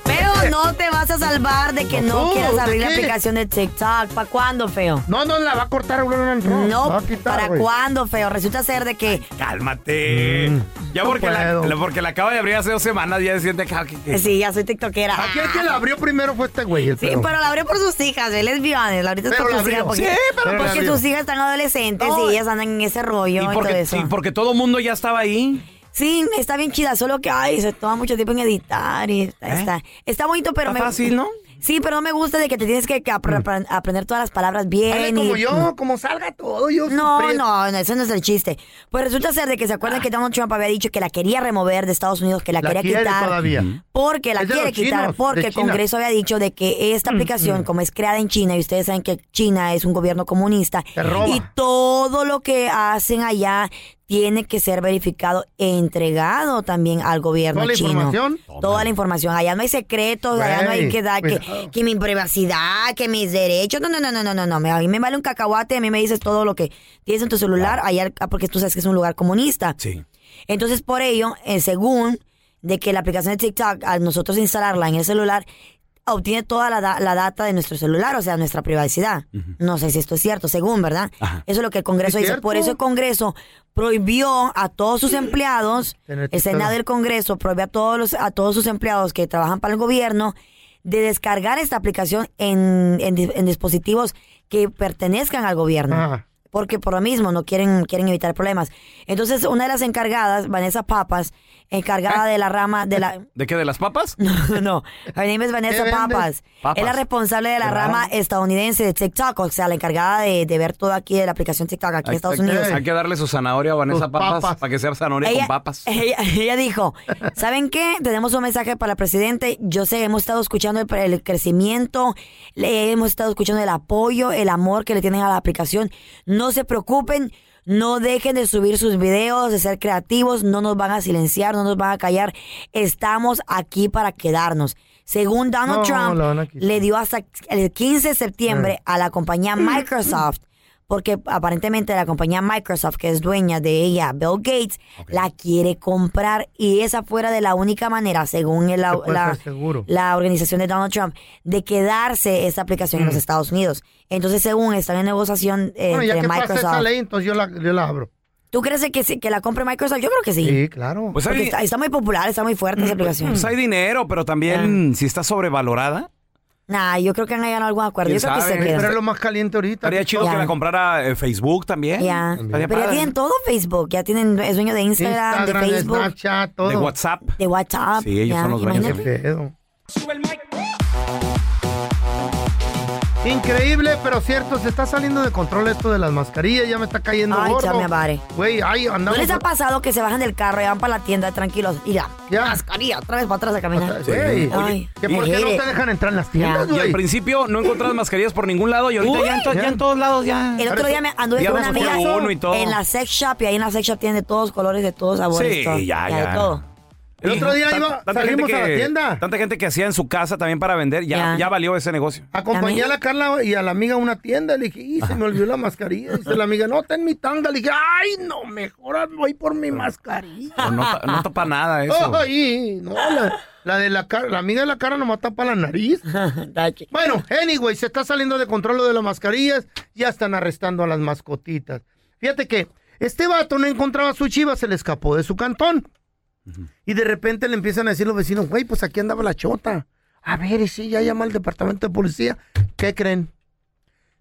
Speaker 3: Pero no te vas a salvar de que no,
Speaker 2: No,
Speaker 3: quieras abrir la
Speaker 2: ¿de qué?
Speaker 3: aplicación de TikTok. ¿Para cuándo, feo?
Speaker 2: No, no, la va a cortar. No,
Speaker 3: No,
Speaker 2: va a quitar,
Speaker 3: ¿para
Speaker 2: güey.
Speaker 3: cuándo, feo? Resulta ser de que...
Speaker 1: Cálmate.
Speaker 2: Mm,
Speaker 1: ya porque, la, la- porque la acaba de abrir hace dos semanas, ya se siente que- que- que-
Speaker 3: Sí, ya soy tiktokera.
Speaker 2: Aquí el que la abrió primero fue este güey. el
Speaker 3: Sí, pues.
Speaker 2: pedo.
Speaker 3: pero la abrió por sus hijas, él es viola, la ahorita es
Speaker 2: Pero
Speaker 3: por
Speaker 2: la
Speaker 3: sus hijas.
Speaker 2: abrió.
Speaker 3: Porque,
Speaker 2: Sí, pero
Speaker 3: porque
Speaker 2: pues-
Speaker 3: sus hijas están adolescentes
Speaker 2: eh.
Speaker 3: y ellas andan en ese rollo y,
Speaker 1: y,
Speaker 3: todo
Speaker 1: porque,
Speaker 3: eso.
Speaker 1: y porque todo el mundo ya estaba ahí.
Speaker 3: Sí, está bien chida, solo que ay, se toma mucho tiempo en editar y está,
Speaker 2: ¿Eh?
Speaker 3: está, está bonito, pero
Speaker 1: Está
Speaker 3: me
Speaker 1: fácil, ¿no?
Speaker 3: Sí, pero no me gusta de que te tienes que, que apre- apre- aprender todas las palabras bien.
Speaker 2: Mm. Hazle
Speaker 3: y-
Speaker 2: como yo, como salga todo. Yo
Speaker 3: no,
Speaker 2: siempre-
Speaker 3: no, no, eso no es el chiste. Pues resulta ser de que se acuerdan que Donald Trump había dicho que la quería remover de Estados Unidos, que la,
Speaker 2: Ah. La
Speaker 3: quería
Speaker 2: quiere
Speaker 3: quitar.
Speaker 2: todavía.
Speaker 3: Porque la
Speaker 2: Es de
Speaker 3: quiere
Speaker 2: los chinos,
Speaker 3: quitar,
Speaker 2: de
Speaker 3: porque el
Speaker 2: China.
Speaker 3: Congreso había dicho de que esta aplicación, como es creada en China, y ustedes saben que China es un gobierno comunista,
Speaker 2: roba.
Speaker 3: y todo lo que hacen allá tiene que ser verificado e entregado también al gobierno
Speaker 2: ¿Toda la
Speaker 3: chino.
Speaker 2: información?
Speaker 3: Toda la información. Allá no hay secretos, allá no hay
Speaker 2: Güey,
Speaker 3: que dar que,
Speaker 2: cuidado.
Speaker 3: que mi privacidad, que mis derechos. No, no, no, no, no, no, no. Me- A mí me vale un cacahuate, a mí me dices todo lo que tienes en tu celular, allá, porque tú sabes que es un lugar comunista.
Speaker 1: Sí.
Speaker 3: Entonces, por ello, eh, según de que la aplicación de TikTok, al nosotros instalarla en el celular, obtiene toda la, da- la data de nuestro celular, o sea, nuestra privacidad. No sé si esto es cierto, según, ¿verdad? Eso es lo que el Congreso
Speaker 14: ¿Es
Speaker 3: dice.
Speaker 14: cierto?
Speaker 3: Por eso el Congreso prohibió a todos sus empleados,
Speaker 14: Tener
Speaker 3: el Senado
Speaker 14: pistola.
Speaker 3: del Congreso prohíbe a todos, los, a todos sus empleados que trabajan para el gobierno de descargar esta aplicación en, en di- en dispositivos que pertenezcan al gobierno. Porque por lo mismo no quieren, quieren evitar problemas. Entonces, una de las encargadas, Vanessa Papas, encargada de la rama de la...
Speaker 1: ¿De qué? ¿De las papas?
Speaker 3: No, no. Her name is Vanessa
Speaker 1: ¿Qué vende?
Speaker 3: Papas.
Speaker 1: Papas.
Speaker 3: Es la responsable de la
Speaker 1: Qué
Speaker 3: rama
Speaker 1: raro.
Speaker 3: estadounidense de TikTok, o sea, la encargada de, de ver todo aquí de la aplicación TikTok aquí en
Speaker 1: Hay-
Speaker 3: Estados
Speaker 1: hay que-
Speaker 3: Unidos.
Speaker 1: Hay que darle su zanahoria a Vanessa
Speaker 3: Sus
Speaker 1: Papas,
Speaker 3: papas.
Speaker 1: para que sea zanahoria con papas.
Speaker 3: Ella, ella dijo, ¿saben qué? Tenemos un mensaje para el presidente. Yo sé, hemos estado escuchando el, el crecimiento, le- hemos estado escuchando el apoyo, el amor que le tienen a la aplicación. No se preocupen, no dejen de subir sus videos, de ser creativos, no nos van a silenciar, no nos van a callar. Estamos aquí para quedarnos. Según Donald
Speaker 14: No,
Speaker 3: Trump,
Speaker 14: la van a quitar.
Speaker 3: le dio hasta el 15 de septiembre a la compañía
Speaker 2: Mm.
Speaker 3: Microsoft porque aparentemente la compañía Microsoft, que es dueña de ella, Bill Gates, la quiere comprar y esa fuera de la única manera, según Pues el- la,
Speaker 2: puede
Speaker 3: la-
Speaker 2: ser seguro.
Speaker 3: la organización de Donald Trump, de quedarse esa aplicación
Speaker 2: Mm.
Speaker 3: en los Estados Unidos. Entonces, según están en negociación eh,
Speaker 2: Bueno, ya
Speaker 3: entre
Speaker 2: que pasa
Speaker 3: Microsoft.
Speaker 2: esa ley, entonces yo la, yo la abro.
Speaker 3: ¿Tú crees que, sí- que la compre Microsoft? Yo creo que sí.
Speaker 2: Sí, claro.
Speaker 1: Pues
Speaker 3: Porque
Speaker 1: hay-
Speaker 3: está, está muy popular, está muy fuerte esa aplicación.
Speaker 1: Pues hay dinero, pero también si está sobrevalorada.
Speaker 3: Nah, yo creo que han llegado a algún acuerdo. Yo
Speaker 1: ¿Quién
Speaker 3: creo que
Speaker 1: sabe?
Speaker 3: se quedan.
Speaker 1: Pero es lo
Speaker 2: más caliente ahorita. pues,
Speaker 1: Estaría chido
Speaker 3: Ya.
Speaker 1: que la comprara eh, Facebook también.
Speaker 3: Ya.
Speaker 1: Estaría
Speaker 3: Pero ya
Speaker 1: padre.
Speaker 3: tienen todo Facebook. Ya tienen es dueño de Instagram,
Speaker 2: Instagram,
Speaker 3: de
Speaker 2: de
Speaker 3: Facebook.
Speaker 2: Snapchat, todo.
Speaker 1: De WhatsApp.
Speaker 3: De WhatsApp.
Speaker 1: Sí, ellos
Speaker 3: ya,
Speaker 1: son los dueños.
Speaker 3: imagínate.
Speaker 2: Increíble, pero cierto, se está saliendo de control esto de las mascarillas, ya me está cayendo
Speaker 3: Ay,
Speaker 2: gordo.
Speaker 3: ya me vale.
Speaker 2: Güey, ay, andamos.
Speaker 3: ¿No les ha pasado que se bajan del carro y van para la tienda tranquilos? Y ya, mascarilla, otra vez para atrás a caminar.
Speaker 2: Güey,
Speaker 3: Ay,
Speaker 2: ¿que ¿por qué no
Speaker 3: mire.
Speaker 2: te dejan entrar en las tiendas,
Speaker 1: Y
Speaker 2: güey?
Speaker 1: al principio no encontrabas mascarillas por ningún lado y ahorita ya, en to- ya en todos lados ya.
Speaker 3: El otro día me anduve
Speaker 1: Ya
Speaker 3: con una
Speaker 1: andas por
Speaker 3: amiga
Speaker 1: uno y todo.
Speaker 3: en la sex shop y ahí en la sex shop tienen de todos colores, de todos sabores.
Speaker 1: Sí,
Speaker 3: todo.
Speaker 1: ya, ya.
Speaker 3: de todo.
Speaker 2: El otro día iba- salimos
Speaker 1: gente
Speaker 2: a la
Speaker 1: que-
Speaker 2: tienda.
Speaker 1: Tanta gente que hacía en su casa también para vender, ya,
Speaker 2: Ya.
Speaker 1: ya valió ese negocio.
Speaker 2: Acompañé a la Carla y a la amiga a una tienda, le dije, y se me olvidó la mascarilla. Dice la amiga, no, ten mi tanga. Le dije, ay, no, mejor voy por mi mascarilla.
Speaker 1: No, no, ta- no tapa nada eso.
Speaker 2: Ay, no, la, la de la cara, la amiga de la cara nomás tapa la nariz. bueno, anyway, se está saliendo de control lo de las mascarillas, ya están arrestando a las mascotitas. Fíjate que este vato no encontraba a su chiva, se le escapó de su cantón. Y de repente le empiezan a decir los vecinos, güey, pues aquí andaba la chota. A ver, y sí, ya llama al departamento de policía. ¿Qué creen?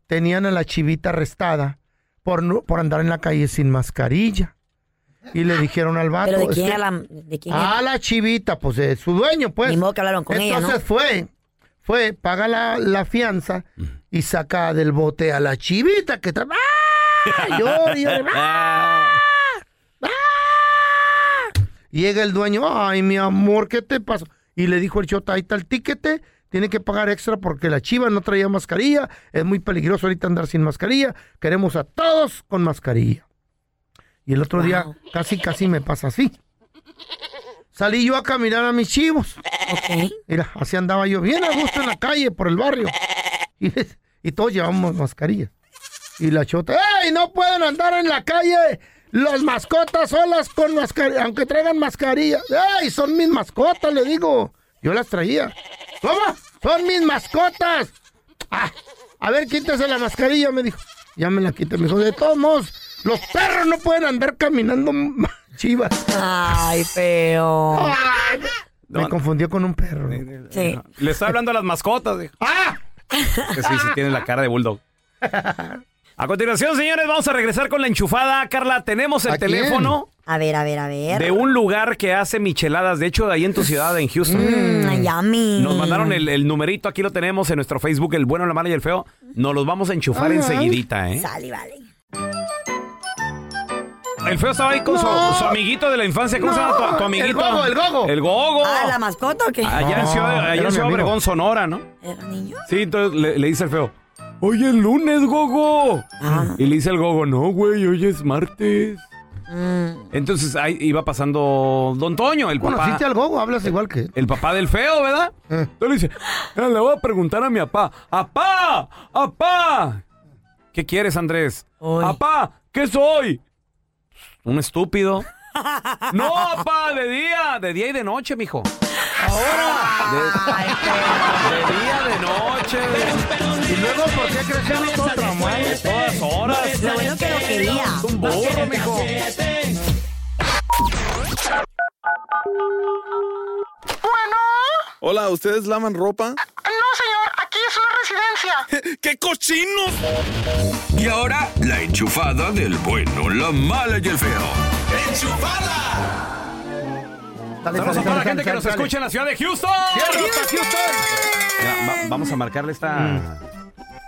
Speaker 2: Tenían a la chivita arrestada por, no- por andar en la calle sin mascarilla. Y le dijeron al vato.
Speaker 3: Pero de
Speaker 2: "Es
Speaker 3: quién
Speaker 2: que-
Speaker 3: era la. De quién era?
Speaker 2: a la chivita, pues de su dueño, pues. Ni modo
Speaker 3: que hablaron con ella,
Speaker 2: Entonces
Speaker 3: ¿no?
Speaker 2: fue, fue, paga la, la fianza y saca del bote a la chivita que está. ¡Ah! Llora, y llora. ¡Ah! ¡Ah! Llega el dueño, ay, mi amor, ¿qué te pasó? Y le dijo el chota, ahí está el tiquete, tiene que pagar extra porque la chiva no traía mascarilla, es muy peligroso ahorita andar sin mascarilla, queremos a todos con mascarilla. Y el otro día casi, casi me pasa así. Salí yo a caminar a mis chivos. Mira, así andaba yo bien a gusto en la calle, por el barrio. Y, y todos llevamos mascarillas. Y la chota, ¡ey! No pueden andar en la calle. Las mascotas solas con mascarilla, aunque traigan mascarilla. ¡Ey! Son mis mascotas, le digo. Yo las traía. ¿Cómo? Son mis mascotas. Ah, a ver, quítese la mascarilla, me dijo. Ya me la quité, me dijo. De todos modos, los perros no pueden andar caminando chivas.
Speaker 3: Ay, feo.
Speaker 2: me confundió con un perro.
Speaker 3: Sí.
Speaker 1: Le está hablando a las mascotas. dijo. Que sí, sí, tiene la cara de bulldog. A continuación, señores, vamos a regresar con la enchufada. Carla, tenemos el teléfono
Speaker 3: A ver, a ver, a ver.
Speaker 1: de un lugar que hace micheladas. De hecho, de ahí en tu ciudad, en Houston.
Speaker 3: Miami.
Speaker 1: Nos mandaron el, el numerito, aquí lo tenemos en nuestro Facebook, el bueno, la mala y el feo. Nos los vamos a enchufar
Speaker 3: Ay.
Speaker 1: enseguidita, ¿eh?
Speaker 3: Sale, vale.
Speaker 1: El feo estaba ahí con su-
Speaker 3: No.
Speaker 1: su, amiguito de la infancia. ¿Cómo se llama tu, tu amiguito? El gogo.
Speaker 3: Ah, la mascota o qué?
Speaker 1: Allá en Ciudad, allá en Ciudad Obregón, Sonora, ¿no?
Speaker 3: ¿Era niño?
Speaker 1: Sí, entonces le, le dice el feo, hoy es lunes, Gogo.
Speaker 2: Ah.
Speaker 1: Y le dice el Gogo, no, güey, hoy es martes. Entonces ahí iba pasando Don Toño, el papá.
Speaker 2: ¿Conociste al gogo? Hablas igual que. Eh.
Speaker 1: El papá del feo, ¿verdad? Entonces le dice, "Ah, le voy a preguntar a mi papá. ¡Apá! ¡Apá! ¿Qué quieres, Andrés? ¡Apá! ¿Qué soy? Un estúpido. ¡No, apá! De día, de día y de noche, mijo. Día de noche.
Speaker 2: Y luego, ¿por qué crecemos todo tramado?
Speaker 1: eh? Todas horas.
Speaker 3: Lo bueno que lo quería.
Speaker 2: Es un burro, mijo.
Speaker 8: Bueno,
Speaker 20: Hola, ¿ustedes lavan ropa?
Speaker 8: no señor, aquí es una residencia.
Speaker 20: ¡Qué cochinos!
Speaker 7: Y ahora, la enchufada del bueno, la mala y el feo.
Speaker 1: Saludos a toda la gente que nos escucha en la ciudad de Houston. Ya, va- vamos a marcarle esta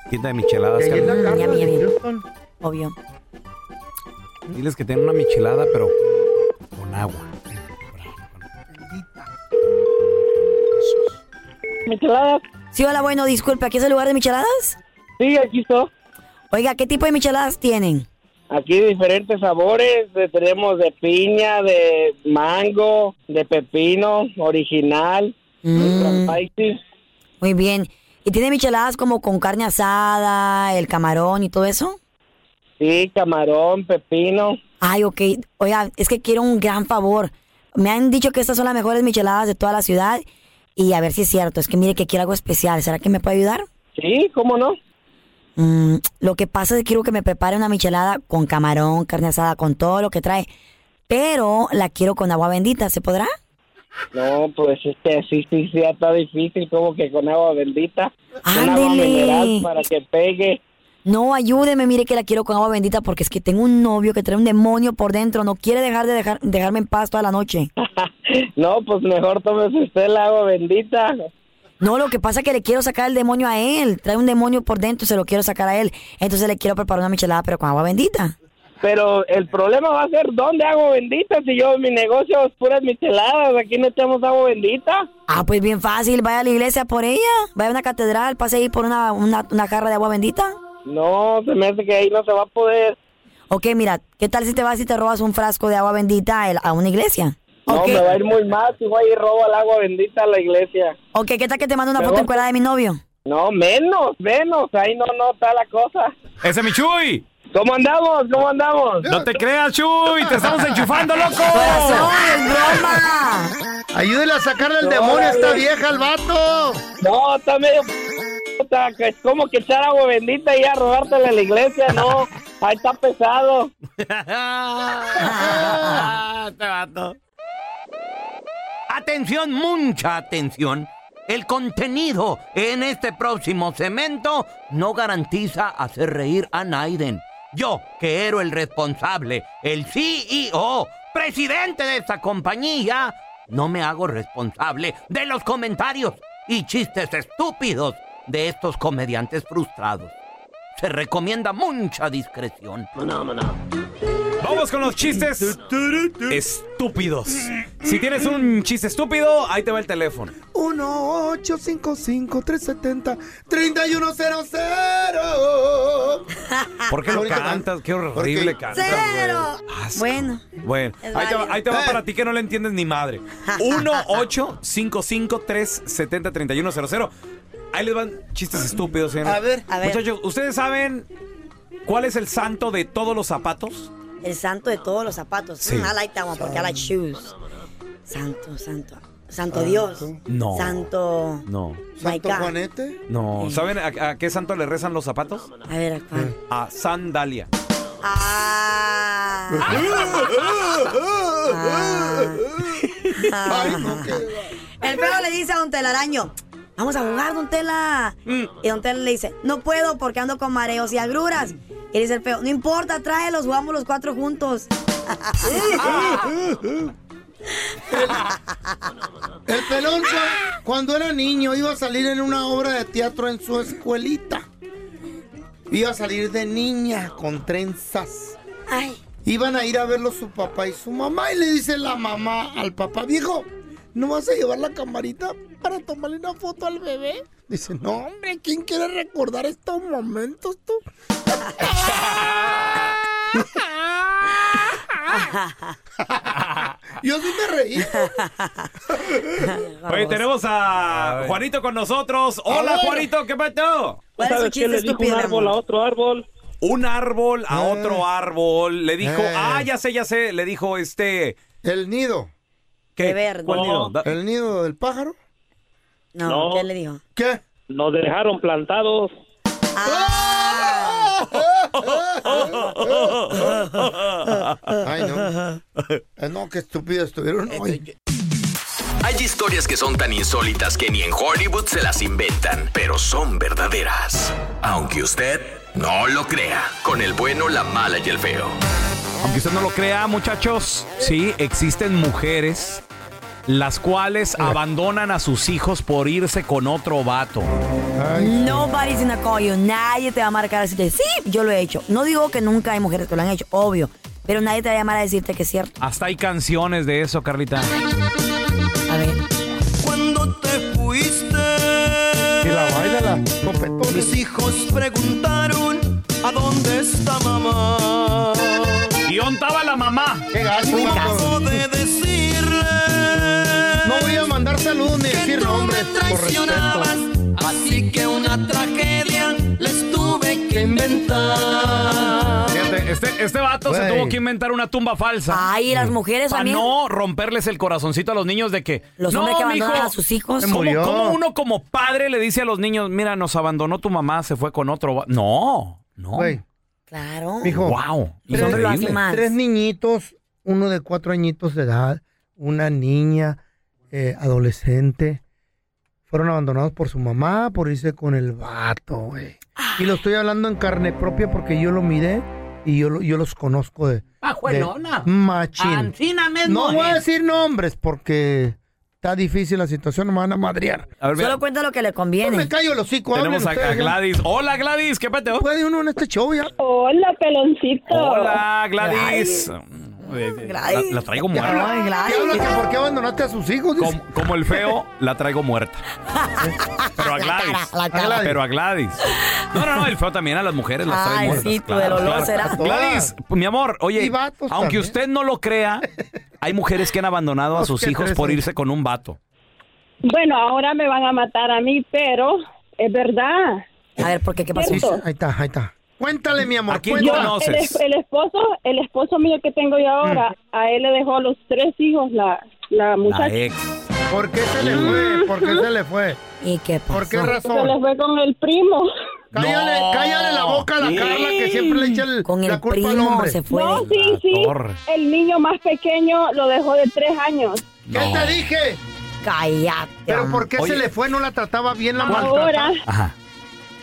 Speaker 1: tienda de micheladas. Carlos.
Speaker 3: Obvio.
Speaker 1: Diles que tienen una michelada, pero con agua.
Speaker 3: ¿Micheladas? Sí, hola, bueno, disculpe, ¿aquí es el lugar de micheladas? Sí, aquí está. Oiga, ¿qué tipo de micheladas tienen?
Speaker 8: Aquí diferentes sabores, eh, tenemos de piña, de mango, de pepino, original,
Speaker 3: Mm.
Speaker 8: ultra spicy.
Speaker 3: Muy bien. ¿Y tiene micheladas como con carne asada, el camarón y todo eso?
Speaker 8: Sí, camarón, pepino.
Speaker 3: Ay, ok. Oiga, es que quiero un gran favor. Me han dicho que estas son las mejores micheladas de toda la ciudad. Y a ver si es cierto. Es que mire que quiero algo especial. ¿Será que me puede ayudar?
Speaker 8: Sí, ¿cómo no?
Speaker 3: Mm, lo que pasa es que quiero que me prepare una michelada con camarón, carne asada, con todo lo que trae. Pero la quiero con agua bendita. ¿Se podrá?
Speaker 8: No, pues este, sí, sí, sí, ya está difícil, como que con agua bendita. Con agua
Speaker 3: Ándele.
Speaker 8: mineral para que pegue.
Speaker 3: No, ayúdeme, mire que la quiero con agua bendita porque es que tengo un novio que trae un demonio por dentro, no quiere dejar de dejar, dejarme en paz toda la noche.
Speaker 8: No, pues mejor tómese usted el agua bendita.
Speaker 3: No, lo que pasa es que le quiero sacar el demonio a él, trae un demonio por dentro, se lo quiero sacar a él. Entonces le quiero preparar una michelada pero con agua bendita.
Speaker 8: Pero el problema va a ser dónde hago bendita si yo mi negocio es puras micheladas, aquí no tenemos agua bendita.
Speaker 3: Ah, pues bien fácil, vaya a la iglesia por ella, vaya a una catedral, pase ahí por una, una, una jarra de agua bendita.
Speaker 8: No, se me hace que ahí no se va a poder.
Speaker 3: Ok, mira, ¿qué tal si te vas y te robas un frasco de agua bendita a, el- a una iglesia?
Speaker 8: No,
Speaker 3: Ok.
Speaker 8: me va a ir muy mal si voy y robo el agua bendita a la iglesia.
Speaker 3: Ok, ¿qué tal que te mando una
Speaker 8: Me
Speaker 3: foto
Speaker 8: voy.
Speaker 3: encuerada de mi novio?
Speaker 8: No, menos, menos, ahí no, no está la cosa.
Speaker 1: ¡Ese es mi Chuy!
Speaker 8: ¿Cómo andamos? ¿Cómo andamos?
Speaker 1: No te creas, Chuy, te estamos enchufando, loco.
Speaker 2: Ayúdele a sacarle el
Speaker 8: No,
Speaker 2: demonio a esta
Speaker 8: dale.
Speaker 2: vieja, al vato.
Speaker 8: No, está medio... puta, que Es como que echar agua bendita y a robártela a la iglesia, no. Ahí está pesado.
Speaker 1: Este
Speaker 6: Te mato.
Speaker 1: Atención, mucha atención. El contenido en este próximo cemento no garantiza hacer reír a Naiden. Yo, que era el responsable, el CEO, presidente de esta compañía, no me hago responsable de los comentarios y chistes estúpidos de estos comediantes frustrados. Se recomienda mucha discreción. Vamos con los chistes estúpidos. Si tienes un chiste estúpido, ahí te va el teléfono.
Speaker 2: 1-855-370-3100.
Speaker 1: ¿Por qué lo cantas? Qué horrible cantas.
Speaker 3: Cero. Bueno.
Speaker 1: güey. Bueno,
Speaker 3: Es
Speaker 1: ahí te, va-
Speaker 3: válido. Eh.
Speaker 1: ahí te va para ti que no le entiendes ni madre. 1-855-370-3100. Ahí les van chistes estúpidos, señores.
Speaker 3: A ver. A ver.
Speaker 1: Muchachos, ¿ustedes saben cuál es el santo de todos los zapatos?
Speaker 3: El santo de todos los zapatos.
Speaker 1: Sí.
Speaker 3: Mm, I like that one porque I like shoes. Santo, santo. Santo Dios.
Speaker 1: No.
Speaker 3: Santo.
Speaker 1: No.
Speaker 3: My God.
Speaker 1: No. ¿Saben a, a qué santo le rezan los zapatos?
Speaker 3: A ver, ¿a cuál?
Speaker 1: A Sandalia.
Speaker 3: Ah. El perro le dice a Don Telaraño, vamos a jugar, Don Tela. Y Don Tela le dice, no puedo porque ando con mareos y agruras. Y le dice el feo, no importa, tráelos, jugamos los cuatro juntos.
Speaker 2: El pelón, cua- cuando era niño, iba a salir en una obra de teatro en su escuelita. Iba a salir de niña con trenzas. Iban a ir a verlo su papá y su mamá. Y le dice la mamá al papá, viejo, ¿no vas a llevar la camarita para tomarle una foto al bebé? Dice, no, hombre, ¿quién quiere recordar estos momentos tú? Yo sí me reí.
Speaker 1: Oye, tenemos a Juanito con nosotros. Hola,
Speaker 6: A ver.
Speaker 1: Juanito, ¿qué pasó?
Speaker 6: ¿Cuál es su ¿Sabes qué chiste le dijo estúpido, un mi árbol amor? a
Speaker 1: otro árbol? Un árbol a otro árbol. Le dijo,
Speaker 6: Eh.
Speaker 1: ah, ya sé, ya sé. Le dijo este.
Speaker 2: El nido.
Speaker 1: ¿Qué?
Speaker 3: De verde.
Speaker 1: ¿Cuál nido? Da-
Speaker 2: ¿El nido del pájaro?
Speaker 3: No,
Speaker 2: No.
Speaker 3: ¿qué le dijo?
Speaker 2: ¿Qué?
Speaker 21: Nos dejaron plantados.
Speaker 2: Ay, no. Eh, no, qué estúpido estuvieron hoy.
Speaker 7: Hay historias que son tan insólitas que ni en Hollywood se las inventan, pero son verdaderas. Aunque usted no lo crea, con el bueno, la mala y el feo.
Speaker 1: Aunque usted no lo crea, muchachos, sí, existen mujeres las cuales abandonan a sus hijos por irse con otro vato.
Speaker 3: Nobody's gonna call you. Nadie te va a marcar a decirte, sí, yo lo he hecho. No digo que nunca hay mujeres que lo han hecho, obvio. Pero nadie te va a llamar a decirte que es cierto.
Speaker 1: Hasta hay canciones de eso, Carlita.
Speaker 3: A ver.
Speaker 6: Cuando te fuiste.
Speaker 2: Y la baila la
Speaker 6: Mis hijos preguntaron a dónde está mamá.
Speaker 1: ¿Y dónde estaba la mamá?
Speaker 2: Qué gacho,
Speaker 6: Acabo de decirle.
Speaker 2: No voy a mandar saludos ni decir nombres por
Speaker 6: traicionabas,
Speaker 2: respeto.
Speaker 6: así que una tragedia les tuve que inventar.
Speaker 1: Fíjate, este, este vato se
Speaker 6: Güey.
Speaker 1: tuvo que inventar una tumba falsa.
Speaker 3: Ay, las mujeres
Speaker 1: Para
Speaker 3: también.
Speaker 1: no romperles el corazoncito a los niños de que.
Speaker 3: Los
Speaker 1: no,
Speaker 3: hombres que
Speaker 1: mijo,
Speaker 3: abandonan a sus hijos.
Speaker 1: ¿cómo,
Speaker 3: Murió.
Speaker 1: cómo uno como padre le dice a los niños, mira, nos abandonó tu mamá, se fue con otro? va-"? No, no.
Speaker 3: Claro.
Speaker 2: Mijo,
Speaker 1: Wow. Y son
Speaker 2: Tres,
Speaker 1: horribles.
Speaker 2: tres niñitos, uno de cuatro añitos de edad, una niña, eh, adolescente, fueron abandonados por su mamá por irse con el vato, güey. Y lo estoy hablando en carne propia porque yo lo miré y yo, lo- yo los conozco de...
Speaker 9: Pajuelona. Ah,
Speaker 2: de Machín.
Speaker 9: Ancina mismo.
Speaker 2: No voy a
Speaker 9: eh.
Speaker 2: decir nombres porque está difícil la situación, me van a madrear.
Speaker 3: Solo cuenta lo que le
Speaker 2: No
Speaker 3: conviene.
Speaker 2: me callo el hocico,
Speaker 1: Tenemos a,
Speaker 2: hablen
Speaker 1: a
Speaker 2: ustedes, ya.
Speaker 1: Gladys. Hola, Gladys, ¿qué peteo?
Speaker 2: Puede uno en este show ya.
Speaker 22: Hola, peloncito.
Speaker 1: Hola, Gladys. La, la traigo
Speaker 2: Ya habla-
Speaker 1: muerta.
Speaker 2: ya habla que ¿Por qué abandonaste a sus hijos? Dice.
Speaker 1: Como, como el feo, la traigo muerta. Pero a Gladys.
Speaker 2: la cara.
Speaker 1: Pero a Gladys. No, no, no, el feo también a las mujeres las trae
Speaker 3: Ay,
Speaker 1: muertas.
Speaker 3: sí, tú, el olor será.
Speaker 1: Gladys, mi amor, oye,
Speaker 3: Y vatos
Speaker 1: aunque
Speaker 3: también.
Speaker 1: usted no lo crea, hay mujeres que han abandonado a
Speaker 2: Los
Speaker 1: sus
Speaker 2: que
Speaker 1: hijos
Speaker 2: tres
Speaker 1: por
Speaker 2: son.
Speaker 1: irse con un vato.
Speaker 22: Bueno, ahora me van a matar a mí, pero es verdad.
Speaker 3: A ver, ¿por qué? ¿Qué
Speaker 22: pasó?
Speaker 2: Ahí está, ahí está. Cuéntale, mi amor.
Speaker 1: quién
Speaker 2: cuéntale.
Speaker 22: El, es- el esposo, el esposo mío que tengo yo ahora,
Speaker 2: Mm.
Speaker 22: a él le dejó a los tres hijos la, la muchacha.
Speaker 2: ¿Por qué se le fue? ¿Por qué se le fue?
Speaker 3: ¿Y qué pasó?
Speaker 2: ¿Por qué
Speaker 22: Se le
Speaker 2: razón?
Speaker 22: fue con el primo.
Speaker 2: Cállale, cállale la boca a la
Speaker 22: Sí.
Speaker 2: Carla que siempre le echa el- la culpa al hombre.
Speaker 22: No, sí, sí. El niño más pequeño lo dejó de tres años.
Speaker 2: ¿Qué te dije?
Speaker 3: Cállate.
Speaker 2: ¿Pero por qué
Speaker 1: Oye.
Speaker 2: se le fue? ¿No la trataba bien la
Speaker 22: Ahora.
Speaker 2: maltrataba?
Speaker 1: Ajá.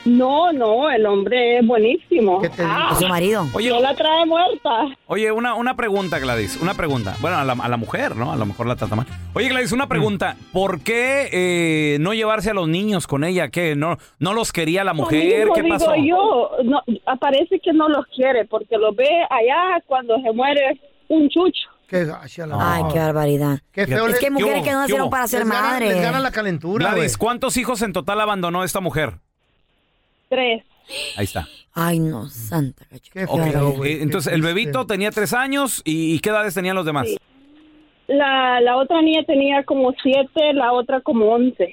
Speaker 22: No, no, el hombre es buenísimo. Ah,
Speaker 3: su marido?
Speaker 1: Oye,
Speaker 22: no la trae muerta.
Speaker 1: Oye, una, una pregunta, Gladys, una pregunta. Bueno, a la, a la mujer, ¿no? A lo mejor la trata mal. Oye, Gladys, una pregunta.
Speaker 2: Mm.
Speaker 1: ¿Por qué eh, no llevarse a los niños con ella? ¿Qué? ¿No, no los quería la mujer?
Speaker 22: Hijo,
Speaker 1: ¿Qué
Speaker 22: digo
Speaker 1: pasó?
Speaker 22: yo, no, ah, parece que no los quiere porque los ve allá cuando se muere un chucho.
Speaker 2: Qué gacha la
Speaker 3: Ay,
Speaker 2: madre.
Speaker 3: qué barbaridad.
Speaker 2: Qué feo
Speaker 3: es
Speaker 2: le-
Speaker 3: que hay mujeres
Speaker 1: hubo?
Speaker 3: que no
Speaker 1: ¿Qué
Speaker 3: nacieron
Speaker 1: hubo?
Speaker 3: para ser
Speaker 2: Les gana-
Speaker 3: madres.
Speaker 2: les gana la calentura, güey.
Speaker 1: Gladys, ¿cuántos hijos en total abandonó esta mujer?
Speaker 22: Tres.
Speaker 1: Ahí está.
Speaker 3: Ay, no, santa cacho.
Speaker 2: Qué
Speaker 1: Ok.
Speaker 2: feo, güey.
Speaker 1: Eh, Entonces, el bebito tenía tres años y, y ¿qué edades tenían los demás?
Speaker 22: La, la otra niña tenía como siete, la otra como once.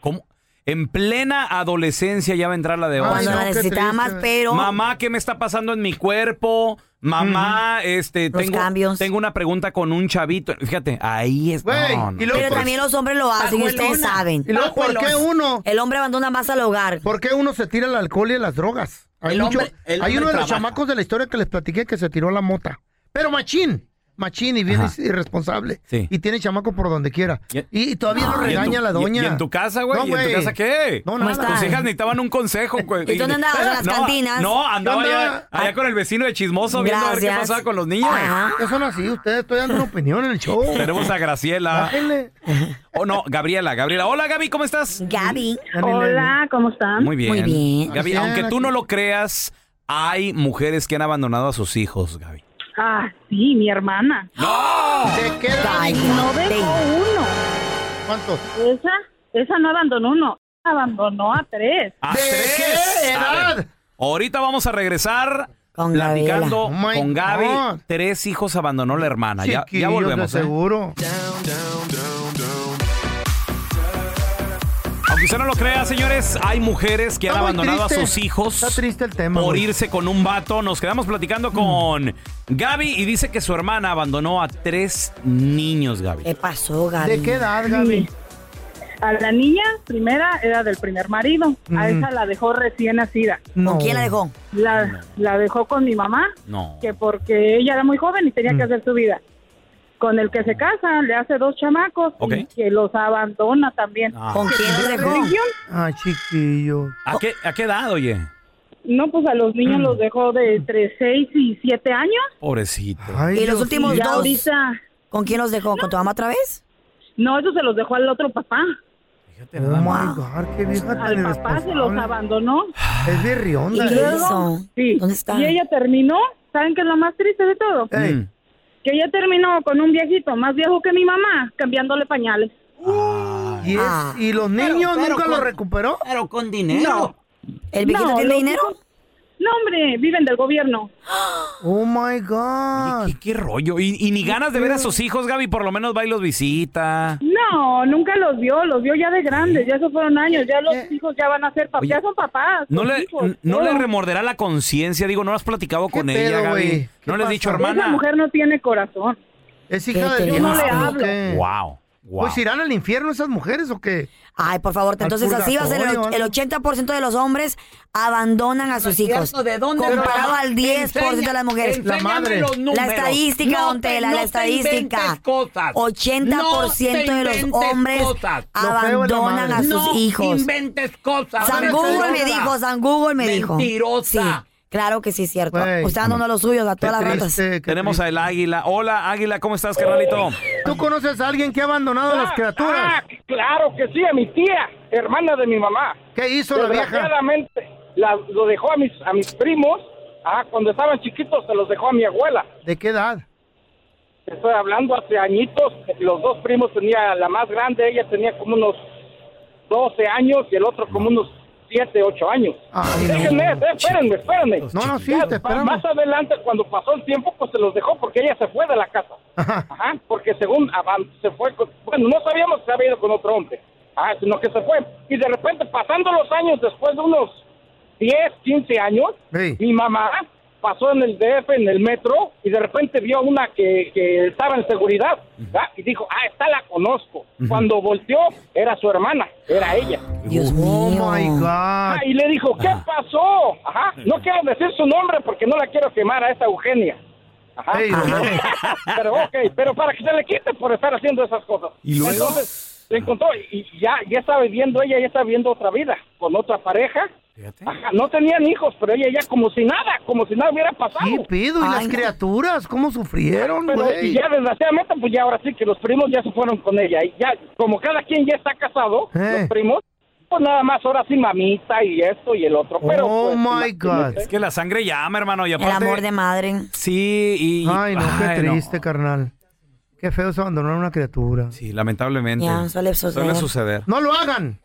Speaker 1: ¿Cómo? En plena adolescencia ya va a entrar la de
Speaker 3: Cuando
Speaker 1: once.
Speaker 3: la necesitaba más, pero.
Speaker 1: Mamá, ¿qué me está pasando en mi cuerpo? Mamá, este,
Speaker 3: Los
Speaker 1: tengo,
Speaker 3: cambios.
Speaker 1: tengo una pregunta con un chavito. Fíjate, ahí es.
Speaker 2: Güey,
Speaker 1: no, no.
Speaker 2: y luego pues,
Speaker 3: pero
Speaker 2: por-
Speaker 3: también los hombres lo hacen, y ustedes
Speaker 2: Pajuelona.
Speaker 3: saben.
Speaker 2: ¿Y luego por qué uno?
Speaker 3: El hombre abandona más al hogar.
Speaker 2: ¿Por qué uno se tira al alcohol y a las drogas? Hay,
Speaker 9: El
Speaker 2: mucho-
Speaker 9: hombre- el
Speaker 2: hay
Speaker 9: hombre
Speaker 2: uno de los
Speaker 9: trabaja.
Speaker 2: chamacos de la historia que les platiqué que se tiró la mota. Pero machín, machín y bien
Speaker 1: Ajá.
Speaker 2: is- irresponsable.
Speaker 1: Sí.
Speaker 2: Y tiene chamaco por donde quiera. Y, y todavía lo
Speaker 1: Ah, ¿Y en
Speaker 2: regaña
Speaker 1: tu-
Speaker 2: la doña.
Speaker 1: ¿Y, y en tu casa, güey?
Speaker 2: No,
Speaker 1: ¿Y en tu casa qué?
Speaker 2: No,
Speaker 1: No,
Speaker 2: ¿Cómo
Speaker 1: no.
Speaker 2: nada.
Speaker 1: Tus
Speaker 2: están?
Speaker 1: hijas necesitaban un consejo, güey.
Speaker 3: ¿Y dónde andabas? ¿En las
Speaker 1: No,
Speaker 3: cantinas?
Speaker 1: No, andaba
Speaker 2: ¿Qué
Speaker 1: allá,
Speaker 2: andaba?
Speaker 1: allá con el vecino de chismoso viendo a ver qué
Speaker 3: Gracias.
Speaker 1: pasaba con los niños.
Speaker 3: Ajá.
Speaker 2: ¿Qué son así? Ustedes estoy dando una opinión en el show.
Speaker 1: Tenemos a Graciela.
Speaker 2: Bájenle.
Speaker 1: Oh, no, Gabriela, Gabriela. Hola, Gaby, ¿cómo estás?
Speaker 3: Gaby.
Speaker 22: Hola, ¿cómo están?
Speaker 1: Muy bien.
Speaker 3: Muy bien.
Speaker 1: Gaby,
Speaker 2: Graciela,
Speaker 1: aunque tú no lo creas, hay mujeres que han abandonado a sus hijos, Gaby.
Speaker 22: Ah, sí, mi hermana.
Speaker 2: Se queda.
Speaker 22: No dejó uno.
Speaker 2: ¿Cuántos?
Speaker 22: Esa, esa no abandonó uno. Abandonó a tres.
Speaker 1: ¿A
Speaker 2: ¿De
Speaker 1: tres? A
Speaker 2: qué edad?
Speaker 1: Ahorita vamos a regresar
Speaker 3: Con
Speaker 1: platicando
Speaker 2: Gabriela. Oh, my
Speaker 1: con Gaby.
Speaker 2: God.
Speaker 1: Tres hijos abandonó la hermana. Ya, ya
Speaker 2: Chiquillos, de
Speaker 1: volvemos. ¿eh?
Speaker 2: Seguro.
Speaker 1: Aunque usted no lo crea, señores, hay mujeres que han
Speaker 2: Está muy
Speaker 1: abandonado
Speaker 2: triste.
Speaker 1: a sus hijos
Speaker 2: Está triste el tema.
Speaker 1: por
Speaker 2: güey. Mm.
Speaker 1: irse con un vato. Nos quedamos platicando con Gaby y dice que su hermana abandonó a tres niños, Gaby.
Speaker 3: ¿Qué pasó, Gaby?
Speaker 2: ¿De qué edad, Gaby?
Speaker 22: A la niña primera era del primer marido.
Speaker 1: Ujú.
Speaker 22: A esa la dejó recién nacida.
Speaker 1: No. quién la dejó?
Speaker 22: La, la dejó con mi mamá,
Speaker 1: No.
Speaker 22: que porque ella era muy joven y tenía
Speaker 1: Mm.
Speaker 22: que hacer su vida. Con el que se casa, le hace dos chamacos
Speaker 1: Ok.
Speaker 22: y que los abandona también.
Speaker 1: ¿Con
Speaker 22: Que
Speaker 1: quién
Speaker 22: por
Speaker 1: la
Speaker 22: la
Speaker 1: dejó?
Speaker 22: religión,
Speaker 2: Ah, chiquillo.
Speaker 1: ¿A qué, ¿A qué edad, oye?
Speaker 22: No, pues a los niños los dejó de entre 6 y 7 años.
Speaker 1: Pobrecito.
Speaker 3: ¿Y los últimos
Speaker 22: Ya
Speaker 3: dos?
Speaker 22: ahorita-
Speaker 3: ¿Con quién los dejó? ¿Con tu mamá otra vez?
Speaker 22: No, eso se los dejó al otro papá.
Speaker 2: Oh my God, qué vieja tan
Speaker 22: Al papá se los
Speaker 2: irresponsable.
Speaker 22: abandonó.
Speaker 2: Es ¿eh? birrionda.
Speaker 22: Y luego, sí, Y ella terminó, ¿saben qué es lo más triste de todo?
Speaker 1: Mm.
Speaker 2: Ey.
Speaker 22: Que ella terminó con un viejito más viejo que mi mamá, cambiándole pañales.
Speaker 2: ¿Y, es- y los niños
Speaker 22: Ah. pero
Speaker 2: nunca
Speaker 22: con-
Speaker 2: los recuperó?
Speaker 22: Pero con
Speaker 2: dinero.
Speaker 3: ¿El viejito tiene
Speaker 22: los
Speaker 3: dinero?
Speaker 22: hijos- No, hombre, viven del gobierno.
Speaker 2: Oh my God.
Speaker 1: ¿Qué, qué rollo? ¿Y, y ni ganas de ver a sus hijos, Gaby? Por lo menos va y los visita.
Speaker 22: No, nunca los vio, los vio ya de grandes, ya se fueron años, ya los hijos ya van a ser papás,
Speaker 1: Oye,
Speaker 22: ya son papás.
Speaker 1: ¿No
Speaker 22: los
Speaker 1: le,
Speaker 22: hijos,
Speaker 1: n- no le
Speaker 22: todo.
Speaker 1: remorderá la conciencia? Digo, ¿no has platicado con ella,
Speaker 2: pedo, güey?
Speaker 1: Gaby?
Speaker 2: ¿Qué
Speaker 1: ¿No le has
Speaker 2: pasa?
Speaker 1: dicho,
Speaker 22: Esa
Speaker 1: hermana?
Speaker 22: mujer no tiene corazón.
Speaker 2: Es hija
Speaker 22: Yo
Speaker 2: de
Speaker 22: no le
Speaker 2: Dios,
Speaker 22: hablo.
Speaker 2: ¿qué?
Speaker 1: Wow. wow.
Speaker 2: Pues irán al infierno esas mujeres o qué?
Speaker 3: Ay, por favor, Entonces así va a ser el, och- el 80% de los hombres abandonan a sus
Speaker 9: cierto,
Speaker 3: hijos.
Speaker 9: ¿de dónde
Speaker 3: comparado
Speaker 9: lo-
Speaker 3: al 10% de las mujeres.
Speaker 9: Enseña- La madre. enséñame los
Speaker 3: La
Speaker 9: números.
Speaker 3: estadística,
Speaker 9: No
Speaker 3: don
Speaker 9: te-
Speaker 3: Tela,
Speaker 9: no
Speaker 3: la
Speaker 9: te
Speaker 3: estadística.
Speaker 9: inventes cosas.
Speaker 3: 80%
Speaker 9: No
Speaker 3: de
Speaker 9: te
Speaker 3: los
Speaker 9: inventes
Speaker 3: hombres
Speaker 9: cosas. Lo feo es la
Speaker 3: abandonan
Speaker 9: madre.
Speaker 3: a sus
Speaker 9: No
Speaker 3: hijos.
Speaker 9: inventes cosas.
Speaker 3: San
Speaker 9: Mentirosa.
Speaker 3: Google me dijo, San Google me dijo.
Speaker 9: Mentirosa.
Speaker 3: Sí, claro que sí, es cierto.
Speaker 1: Güey.
Speaker 3: Usted dándonos los suyos a todas las ratas.
Speaker 1: Tenemos a El Águila. Hola, Águila, ¿cómo estás, carnalito?
Speaker 2: ¿Tú conoces a alguien que ha abandonado a las criaturas?
Speaker 23: Ah, Claro que sí, a mi tía, hermana de mi mamá.
Speaker 2: ¿Qué hizo la vieja?
Speaker 23: Desgraciadamente, la- lo dejó a mis, a mis primos. Ah, cuando estaban chiquitos se los dejó a mi abuela.
Speaker 2: ¿De qué edad?
Speaker 23: Estoy hablando hace añitos. Los dos primos tenía la más grande, ella tenía como unos 12 años y el otro como unos 7, 8 años. Déjenme, eh, espérenme, espérenme.
Speaker 2: No, no, sí,
Speaker 23: Ya,
Speaker 2: te
Speaker 23: pa-
Speaker 2: esperamos.
Speaker 23: Más adelante, cuando pasó el tiempo, pues se los dejó porque ella se fue de la casa. Ajá, porque según avan- se fue, con- bueno, no sabíamos que se había ido con otro hombre, Ajá, sino que se fue. Y de repente, pasando los años, después de unos 10, 15 años, mi mamá pasó en el DF, en el metro, y de repente vio una que, que estaba en seguridad, ¿verdad? y dijo, ah, esta la conozco. Cuando volteó, era su hermana, era ella.
Speaker 2: oh my God.
Speaker 23: Ah, y le dijo, ¿qué pasó? Ajá, no quiero decir su nombre porque no la quiero quemar a esa Eugenia. Ajá. pero ok, pero para que se le quite por estar haciendo esas cosas.
Speaker 24: ¿Y luego?
Speaker 23: Entonces, le encontró y ya, ya está viviendo ella, ya está viviendo otra vida con otra pareja. Ajá, no tenían hijos, pero ella ya como si nada, como si nada hubiera pasado.
Speaker 2: ¿Qué pedo? ¿Y las criaturas? ¿Cómo sufrieron,
Speaker 23: Pero,
Speaker 2: güey?
Speaker 23: y ya desgraciadamente, pues ya ahora sí que los primos ya se fueron con ella. Y ya, como cada quien ya está casado,
Speaker 2: Eh.
Speaker 23: los primos, pues nada más ahora sí mamita y esto y el otro. Pero,
Speaker 1: Oh
Speaker 2: Oh
Speaker 23: pues, imagínate.
Speaker 1: Es que la sangre llama, hermano. Y
Speaker 3: El
Speaker 1: aparte,
Speaker 3: amor de madre.
Speaker 1: Sí, y...
Speaker 2: Ay, no, qué
Speaker 1: ay, no.
Speaker 2: triste, carnal. Qué feo es abandonar a una criatura.
Speaker 1: Sí, lamentablemente.
Speaker 3: Ya, suele suceder.
Speaker 1: Suele suceder.
Speaker 2: No lo hagan.